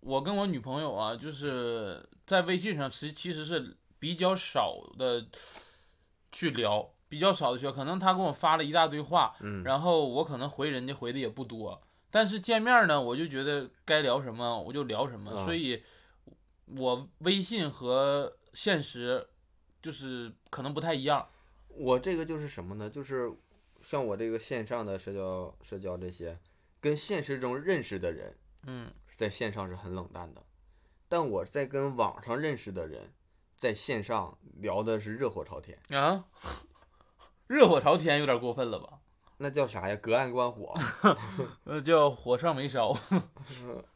我跟我女朋友啊，就是在微信上其其实是比较少的去聊，比较少的去聊。可能她给我发了一大堆话，嗯，然后我可能回人家回的也不多，但是见面呢，我就觉得该聊什么我就聊什么，啊所以我微信和现实就是可能不太一样。我这个就是什么呢？就是像我这个线上的社交社交这些，跟现实中认识的人嗯在线上是很冷淡的，但我在跟网上认识的人在线上聊的是热火朝天，啊， 热火朝天有点过分了吧？那叫啥呀？隔岸观火。那呃叫火上眉梢。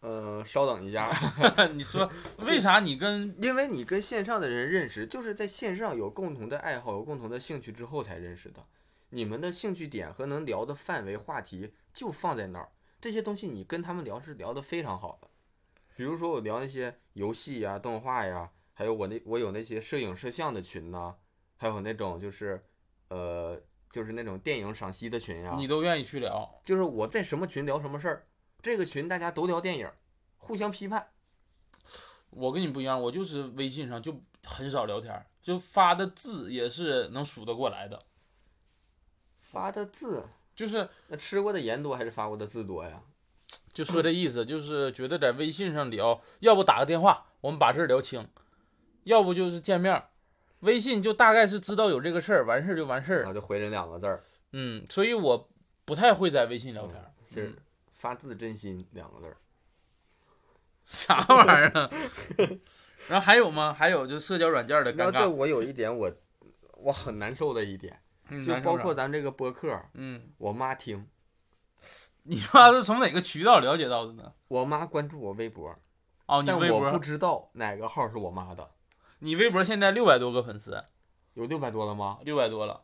嗯、稍等一下。 你说为啥你跟因为你跟线上的人认识，就是在线上有共同的爱好、有共同的兴趣之后才认识的。你们的兴趣点和能聊的范围、话题就放在那儿，这些东西你跟他们聊是聊得非常好的。比如说我聊那些游戏呀、动画呀，还有我那我有那些摄影摄像的群呐、还有那种就是，呃，就是那种电影赏析的群呀、你都愿意去聊？就是我在什么群聊什么事儿，这个群大家都聊电影，互相批判。我跟你不一样，我就是微信上就很少聊天儿，就发的字也是能数得过来的，发的字就是那吃过的盐多还是发过的字多呀？就说这意思，就是觉得在微信上聊，要不打个电话，我们把事儿聊清，要不就是见面儿。微信就大概是知道有这个事儿，完事儿就完事儿然了。后就回人两个字儿，嗯，所以我不太会在微信聊天儿。其实嗯 发自真心两个字儿。啥玩意儿啊？ 然后还有吗？还有就社交软件儿的然后尴这尬，我有一点我我很难受的一点，嗯就男生包啥括咱这个播客，嗯，我妈听，你妈是从哪个渠道了解到的呢？我妈关注我微博，哦，你但微我不博，知道哪个号是我妈的，你微博现在六百多个粉丝，有六百多了吗？六百多了。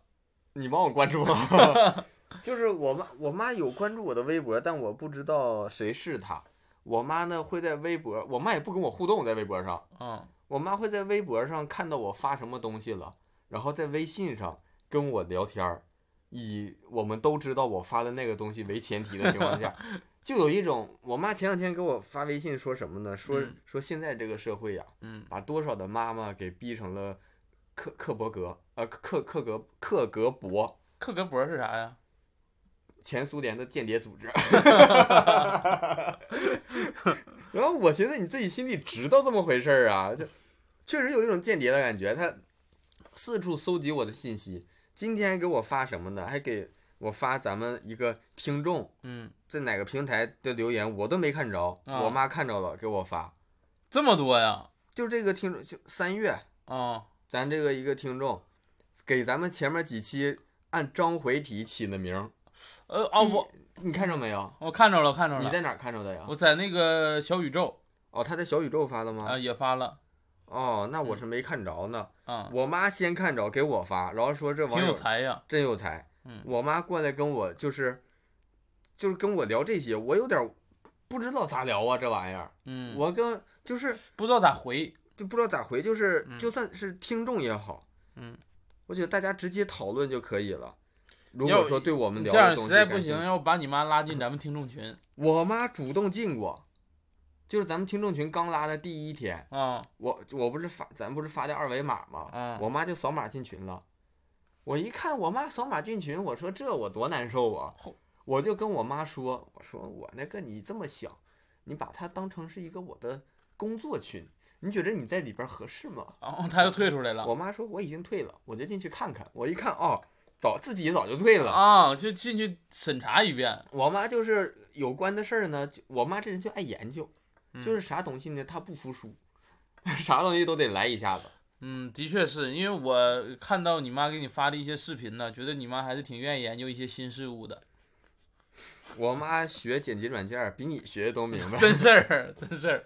你帮我关注了。 就是我妈，我妈有关注我的微博，但我不知道谁是她。我妈呢会在微博，我妈也不跟我互动，在微博上，嗯，我妈会在微博上看到我发什么东西了，然后在微信上跟我聊天儿，以我们都知道我发的那个东西为前提的情况下，就有一种我妈前两天给我发微信说什么呢？说嗯说现在这个社会呀、嗯，把多少的妈妈给逼成了克克伯格，呃克克克格克格勃，克格勃是啥呀？前苏联的间谍 组织。然后我觉得你自己心里知道这么回事儿啊，就确实有一种间谍的感觉，他四处搜集我的信息，今天还给我发什么呢？还给我发咱们一个听众嗯，在哪个平台的留言，我都没看着，啊我妈看着了给我发，这么多呀？就这个听众就三月啊，咱这个一个听众给咱们前面几期按章回体起的名儿呃啊，第一我你看着没有？我看着了，看着你了，在哪儿看着的呀？我在那个小宇宙哦，他在小宇宙发的啊吗？也发了哦，那我是没看着呢。嗯啊，我妈先看着给我发，然后说这挺网有友才呀。真有才。嗯我妈过来跟我就是就是跟我聊这些，我有点儿不知道咋聊啊，这玩意儿。嗯，我跟就是不知道咋回。就不知道咋回，就是嗯就算是听众也好，嗯，我觉得大家直接讨论就可以了。如要果说对我们这聊样的东实西在感不兴行，趣，要不把你妈拉进咱们听众群我妈主动进过，就是咱们听众群刚拉的第一天，啊我我不是发咱不是发的二维码吗？嗯我妈就扫码进群了。我一看我妈扫码进群，我说这我多难受啊后！我就跟我妈说，我说我那个你这么想，你把它当成是一个我的工作群，你觉得你在里边合适吗？然后他又退出来了我妈说我已经退了，我就进去看看。我一看哦，早自己早就退了。啊，就进去审查一遍。我妈就是有关的事儿呢，就我妈这人就爱研究，嗯就是啥东西呢，她不服输， 啥东西都得来一下子。嗯，的确是因为我看到你妈给你发的一些视频呢，觉得你妈还是挺愿意研究一些新事物的，我妈学剪辑软件儿比你学的都明白。真事儿，真事儿。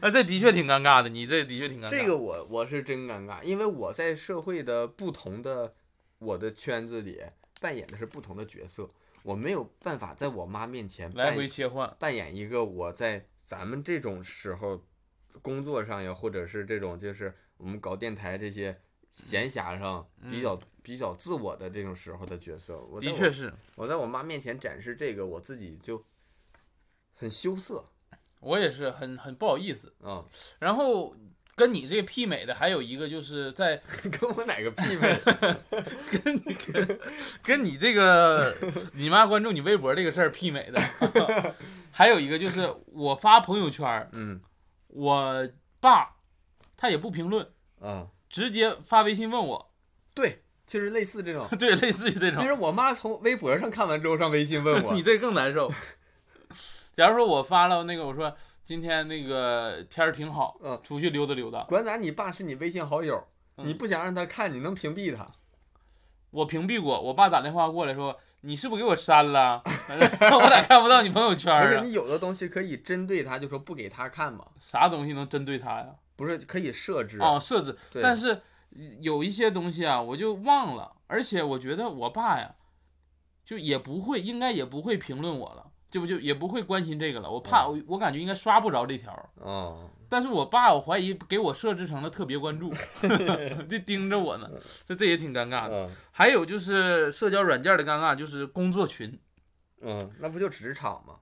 啊，这的确挺尴尬的，你这的确挺尴 尬。这个我我是真尴尬，因为我在社会的不同的我的圈子里扮演的是不同的角色，我没有办法在我妈面前来扮回切换，扮演一个我在咱们这种时候工作上呀，或者是这种就是我们搞电台这些闲暇上比较、比较自我的这种时候的角色。我在嗯的我确是，我在我妈面前展示这个，我自己就很羞涩我也是很很不好意思。啊。然后跟你这媲美的还有一个就是在 跟我哪个屁 呗？跟你这个你妈关注你微博这个事儿媲美的， 还有一个就是我发朋友圈儿，嗯我爸他也不评论，啊，直接发微信问我，。对，就是类似这种对，类似于这但种，是我妈从微博上看完之后，上微信问我 你，这更 难受。假如说我发了那个，我说今天那个天儿挺好，嗯出去溜达溜达，管咋你爸是你微信好友，嗯你不想让他看，你能屏蔽他？我屏蔽过，我爸打电话过来说你是不是给我删了？ 我咋看不到你朋友圈而儿且啊？你有的东西可以针对他，就说不给他看嘛，啥东西能针对他呀？不是可以设置？哦，设置，对但是有一些东西啊，我就忘了，而且我觉得我爸呀，就也不会，应该也不会评论我了，就不就也不会关心这个了。我怕嗯我我感觉应该刷不着这条儿，哦，但是我爸我怀疑给我设置成了特别 关注，就盯着我呢，这这也挺尴尬的。嗯还有就是社交软件的尴尬，就是工作群。嗯，那不就职场吗？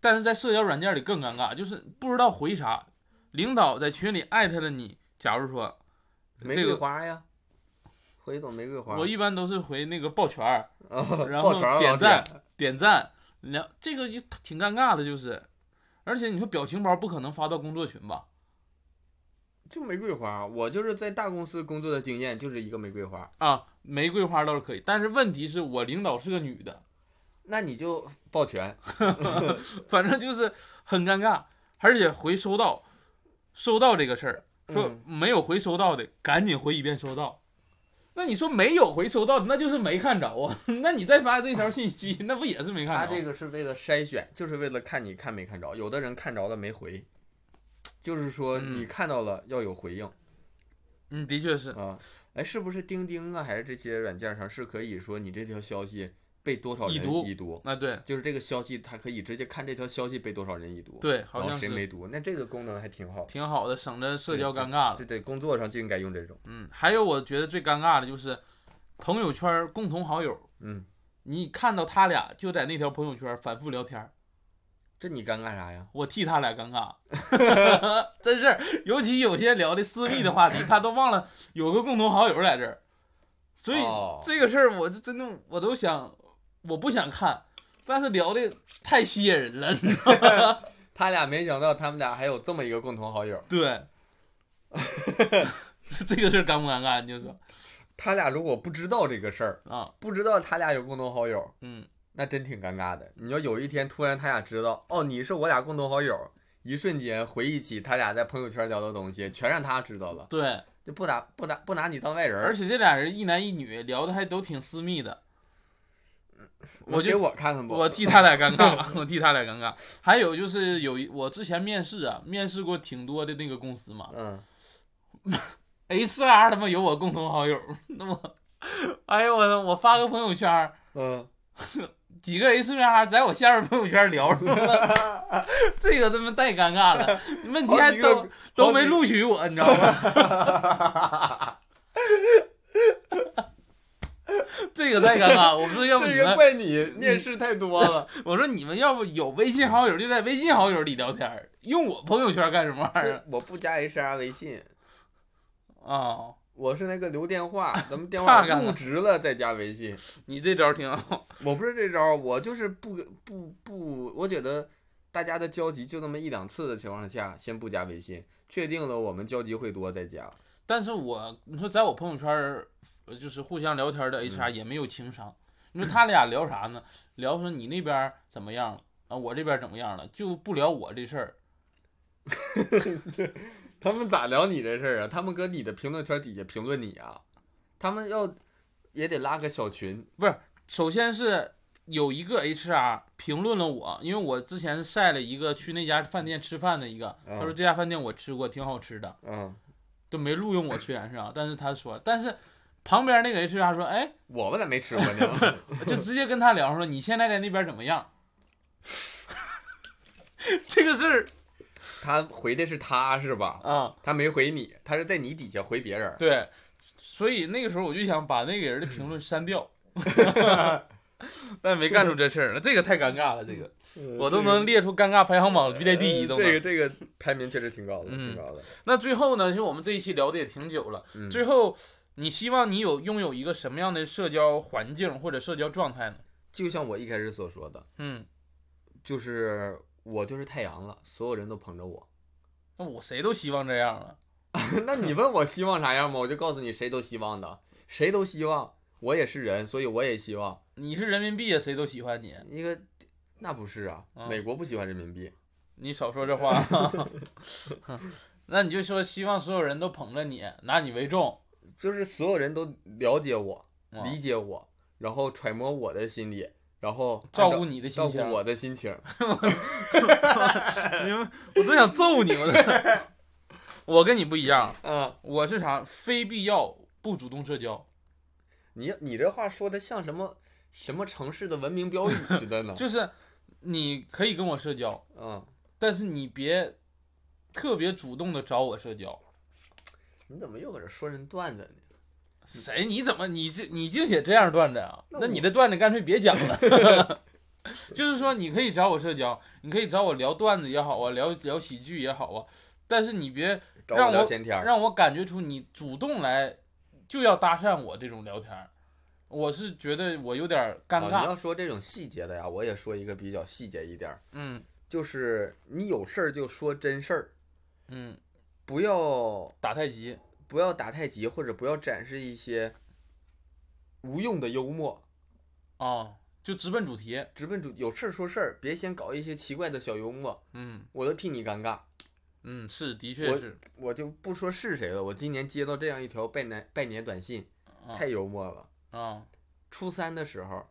但是在社交软件里更尴尬，就是不知道回啥。领导在群里艾特了你，假如说玫这瑰个花呀，回一朵玫瑰花。我一般都是回那个抱拳儿， 哦然抱后拳儿点老铁赞点赞，然后这个就挺尴尬的，就是，而且你说表情包不可能发到工作群吧？就玫瑰花，我就是在大公司工作的经验就是一个玫瑰花，啊，玫瑰花倒是可以，但是问题是我领导是个女的，那你就抱拳。反正就是很尴尬，而且回收到，收到这个事儿，说嗯没有回收到的，赶紧回一遍收到。那你说没有回收到的，那就是没看着啊。 那你再发这条信息，那不也是没他看着？这个是为了筛选，就是为了看你看没看着。有的人看着了没回，就是说嗯你看到了要有回应、嗯，的确是，啊。哎，是不是钉钉啊，还是这些软件上是可以说你这条消息被多少人已已读读？啊对就是这个消息，它可以直接看这条消息被多少人已读，，对，好然后像哦谁是没读，那这个功能还挺好的。挺好的，省着社交对尴尬了对。对，工作上就应该用这种。嗯，还有我觉得最尴尬的就是朋友圈共同好友，嗯，你看到他俩就在那条朋友圈反复聊天儿，这你尴尬啥呀？我替他俩尴 尬，真事儿。尤其有些聊的私密的话题，他都忘了有个共同好友在这儿，所以哦这个事儿我就真的我都想我不想看，但是聊的太吸引人了，你知道吗？他俩没想到他们俩还有这么一个共同好友。 对， 这个事儿尴不尴尬？你就说他俩如果不知道这个事儿，啊，不知道他俩有共同好友，嗯，那真挺尴尬的。你要有一天突然他俩知道，哦，你是我俩共同好友，一瞬间回忆起他俩在朋友圈聊的东西，全让他知道了，对，就不打不打不拿你当外人儿。而且这俩人一男一女聊的还都挺私密的，嗯我你就给我看看吧。我替他俩尴尬， 我替他俩尴尬。还有就是有一我之前面试啊，面试过挺多的那个公司嘛嗯， ，HR 他妈有我共同好友，那么，哎呦我的我发个朋友圈儿，嗯，几个 HR 在我下面朋友圈聊什么，这个他妈太尴尬了。问题好还都几个都没录取我，你知道吗？ 这个太尴尬，我说要不你这们个怪你面试太多 了，我说你们要不有微信好友就在微信好友里聊天儿，用我朋友圈干什么玩意儿这我不加 HR 微信，啊、我是那个留电话，咱们 电怕话干了入职了再加微信。你这招挺好， 我不是这招儿，我就是不不不，我觉得大家的交集就那么一两次的情况下，先不加微信，确定了我们交集会多再加。但是我你说在我朋友圈儿呃就是互相聊天的 HR 也没有情商，你说他俩聊啥呢？聊说你那边儿怎么样了啊，我这边儿怎么样了，就不聊我这事儿。他们咋聊你这事儿啊？他们搁你的评论圈底下评论你啊？他们要也得拉个小群，首先是有一个 HR 评论了我，因为我之前晒了一个去那家饭店吃饭的一个，嗯他说这家饭店我吃过，挺好吃的。嗯，都没录用我，虽然是啊，但是他说，但是旁边那个 HR 说，哎，我们咋没吃过 呢？就直接跟他聊说，你现在在那边怎么样？ 这个事儿他回的是他是吧？啊、他没回你，他是在你底下回别人。对，所以那个时候我就想把那个人的评论删 掉，但没干出这事儿来，这个太尴尬了，这个我都能列出尴尬排行榜，列第一都能。嗯这个这个排名确实挺高的，嗯挺高的。那最后呢，就我们这一期聊的也挺久了，嗯，最后你希望你有拥有一个什么样的社交环境或者社交状态呢？就像我一开始所说的，嗯，就是我就是太阳了，所有人都捧着我。那我谁都希望这样啊了。那你问我希望啥样吗？我就告诉你，谁都希望的，谁都希望。我也是人，所以我也希望你是人民币啊，谁都喜欢你。一个。那不是啊啊，美国不喜欢人民币。你少说这话， 那你就说希望所有人都捧着你，拿你为重。就是所有人都了解我、啊理解我，然后揣摩我的心理，然后照按照顾你的心照顾情，我的心情。 你们，我都想揍你！我都， 我跟你不一样，啊，我是啥？非必要不主动社交，？你你这话说的像什么什么城市的文明标语似的呢 就是你可以跟我社交，嗯，但是你别特别主动的找我社交。你怎么又搁这说人段子呢？谁？你怎么？你这你净写这样段子啊？那那你我的段子干脆别讲了。 就是说，你可以找我社交，你可以找我聊段子也好啊，聊聊喜剧也好啊，但是你别找让我聊我闲天儿。让我感觉出你主动来就要搭讪我这种聊天儿，我是觉得我有点儿尴啊，你尬。要说这种细节的呀，我也说一个比较细节一点儿，嗯就是你有事儿就说真事儿，嗯，不要打太极，不要打太极，或者不要展示一些无用的幽默，啊、就直奔主题。直奔主，有事儿说事儿，别先搞一些奇怪的小幽默，嗯我都替你尴尬。嗯，是的确我是。我就不说是谁了，我今年接到这样一条拜年拜年短信，啊太幽默了。啊初三的时候，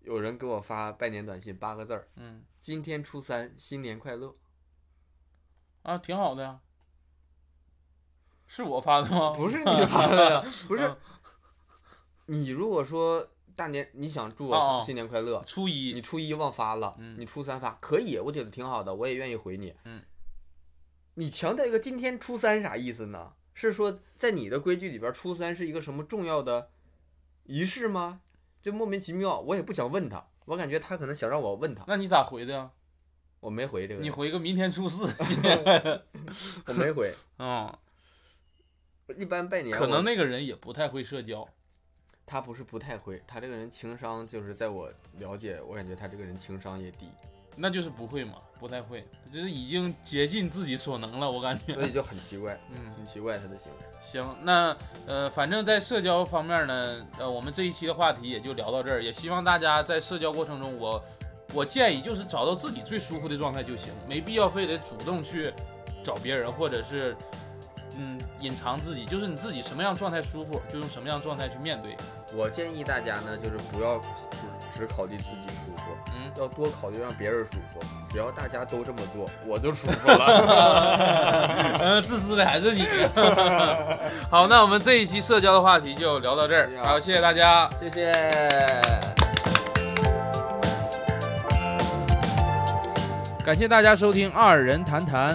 有人给我发拜年短信八个字儿嗯：“今天初三，新年快乐。啊，挺好的呀。是我发的吗？不是你发的 呀，不是啊你如果说大年你想祝哦哦我新年快乐，初一你初一忘发了，嗯你初三发可以，我觉得挺好的，我也愿意回你。嗯，你强调一个今天初三啥意思呢？是说在你的规矩里边，初三是一个什么重要的仪式吗？就莫名其妙，我也不想问他，我感觉他可能想让我问他，那你咋回的呀？我没回这个人，你回个明天初四，今天我没回。 嗯，一般拜年可能那那个人也不太会社交，他不是不太会，他这个人情商就是在我了解，我感觉他这个人情商也低，那就是不会嘛，不太会，就是已经竭尽自己所能了，我感觉。所以就很奇怪，嗯，很奇怪他的行为。 行，那呃，反正在社交方面呢，呃，我们这一期的话题也就聊到这儿，也希望大家在社交过程中，我我建议就是找到自己最舒服的状态就行，没必要非得主动去找别人，或者是嗯隐藏自己，就是你自己什么样状态舒服，就用什么样状态去面对。我建议大家呢，就是不要只只考虑自己舒服，嗯，要多考虑让别人舒服。只要大家都这么做，我就舒服 了。 呃，自私的还是你。 好，那我们这一期社交的话题就聊到这儿，哎呀好，谢谢大家。谢谢。感谢大家收听《二人谈谈》，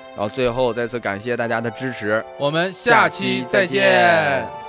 然后最后再次感谢大家的支持，我们下期再见。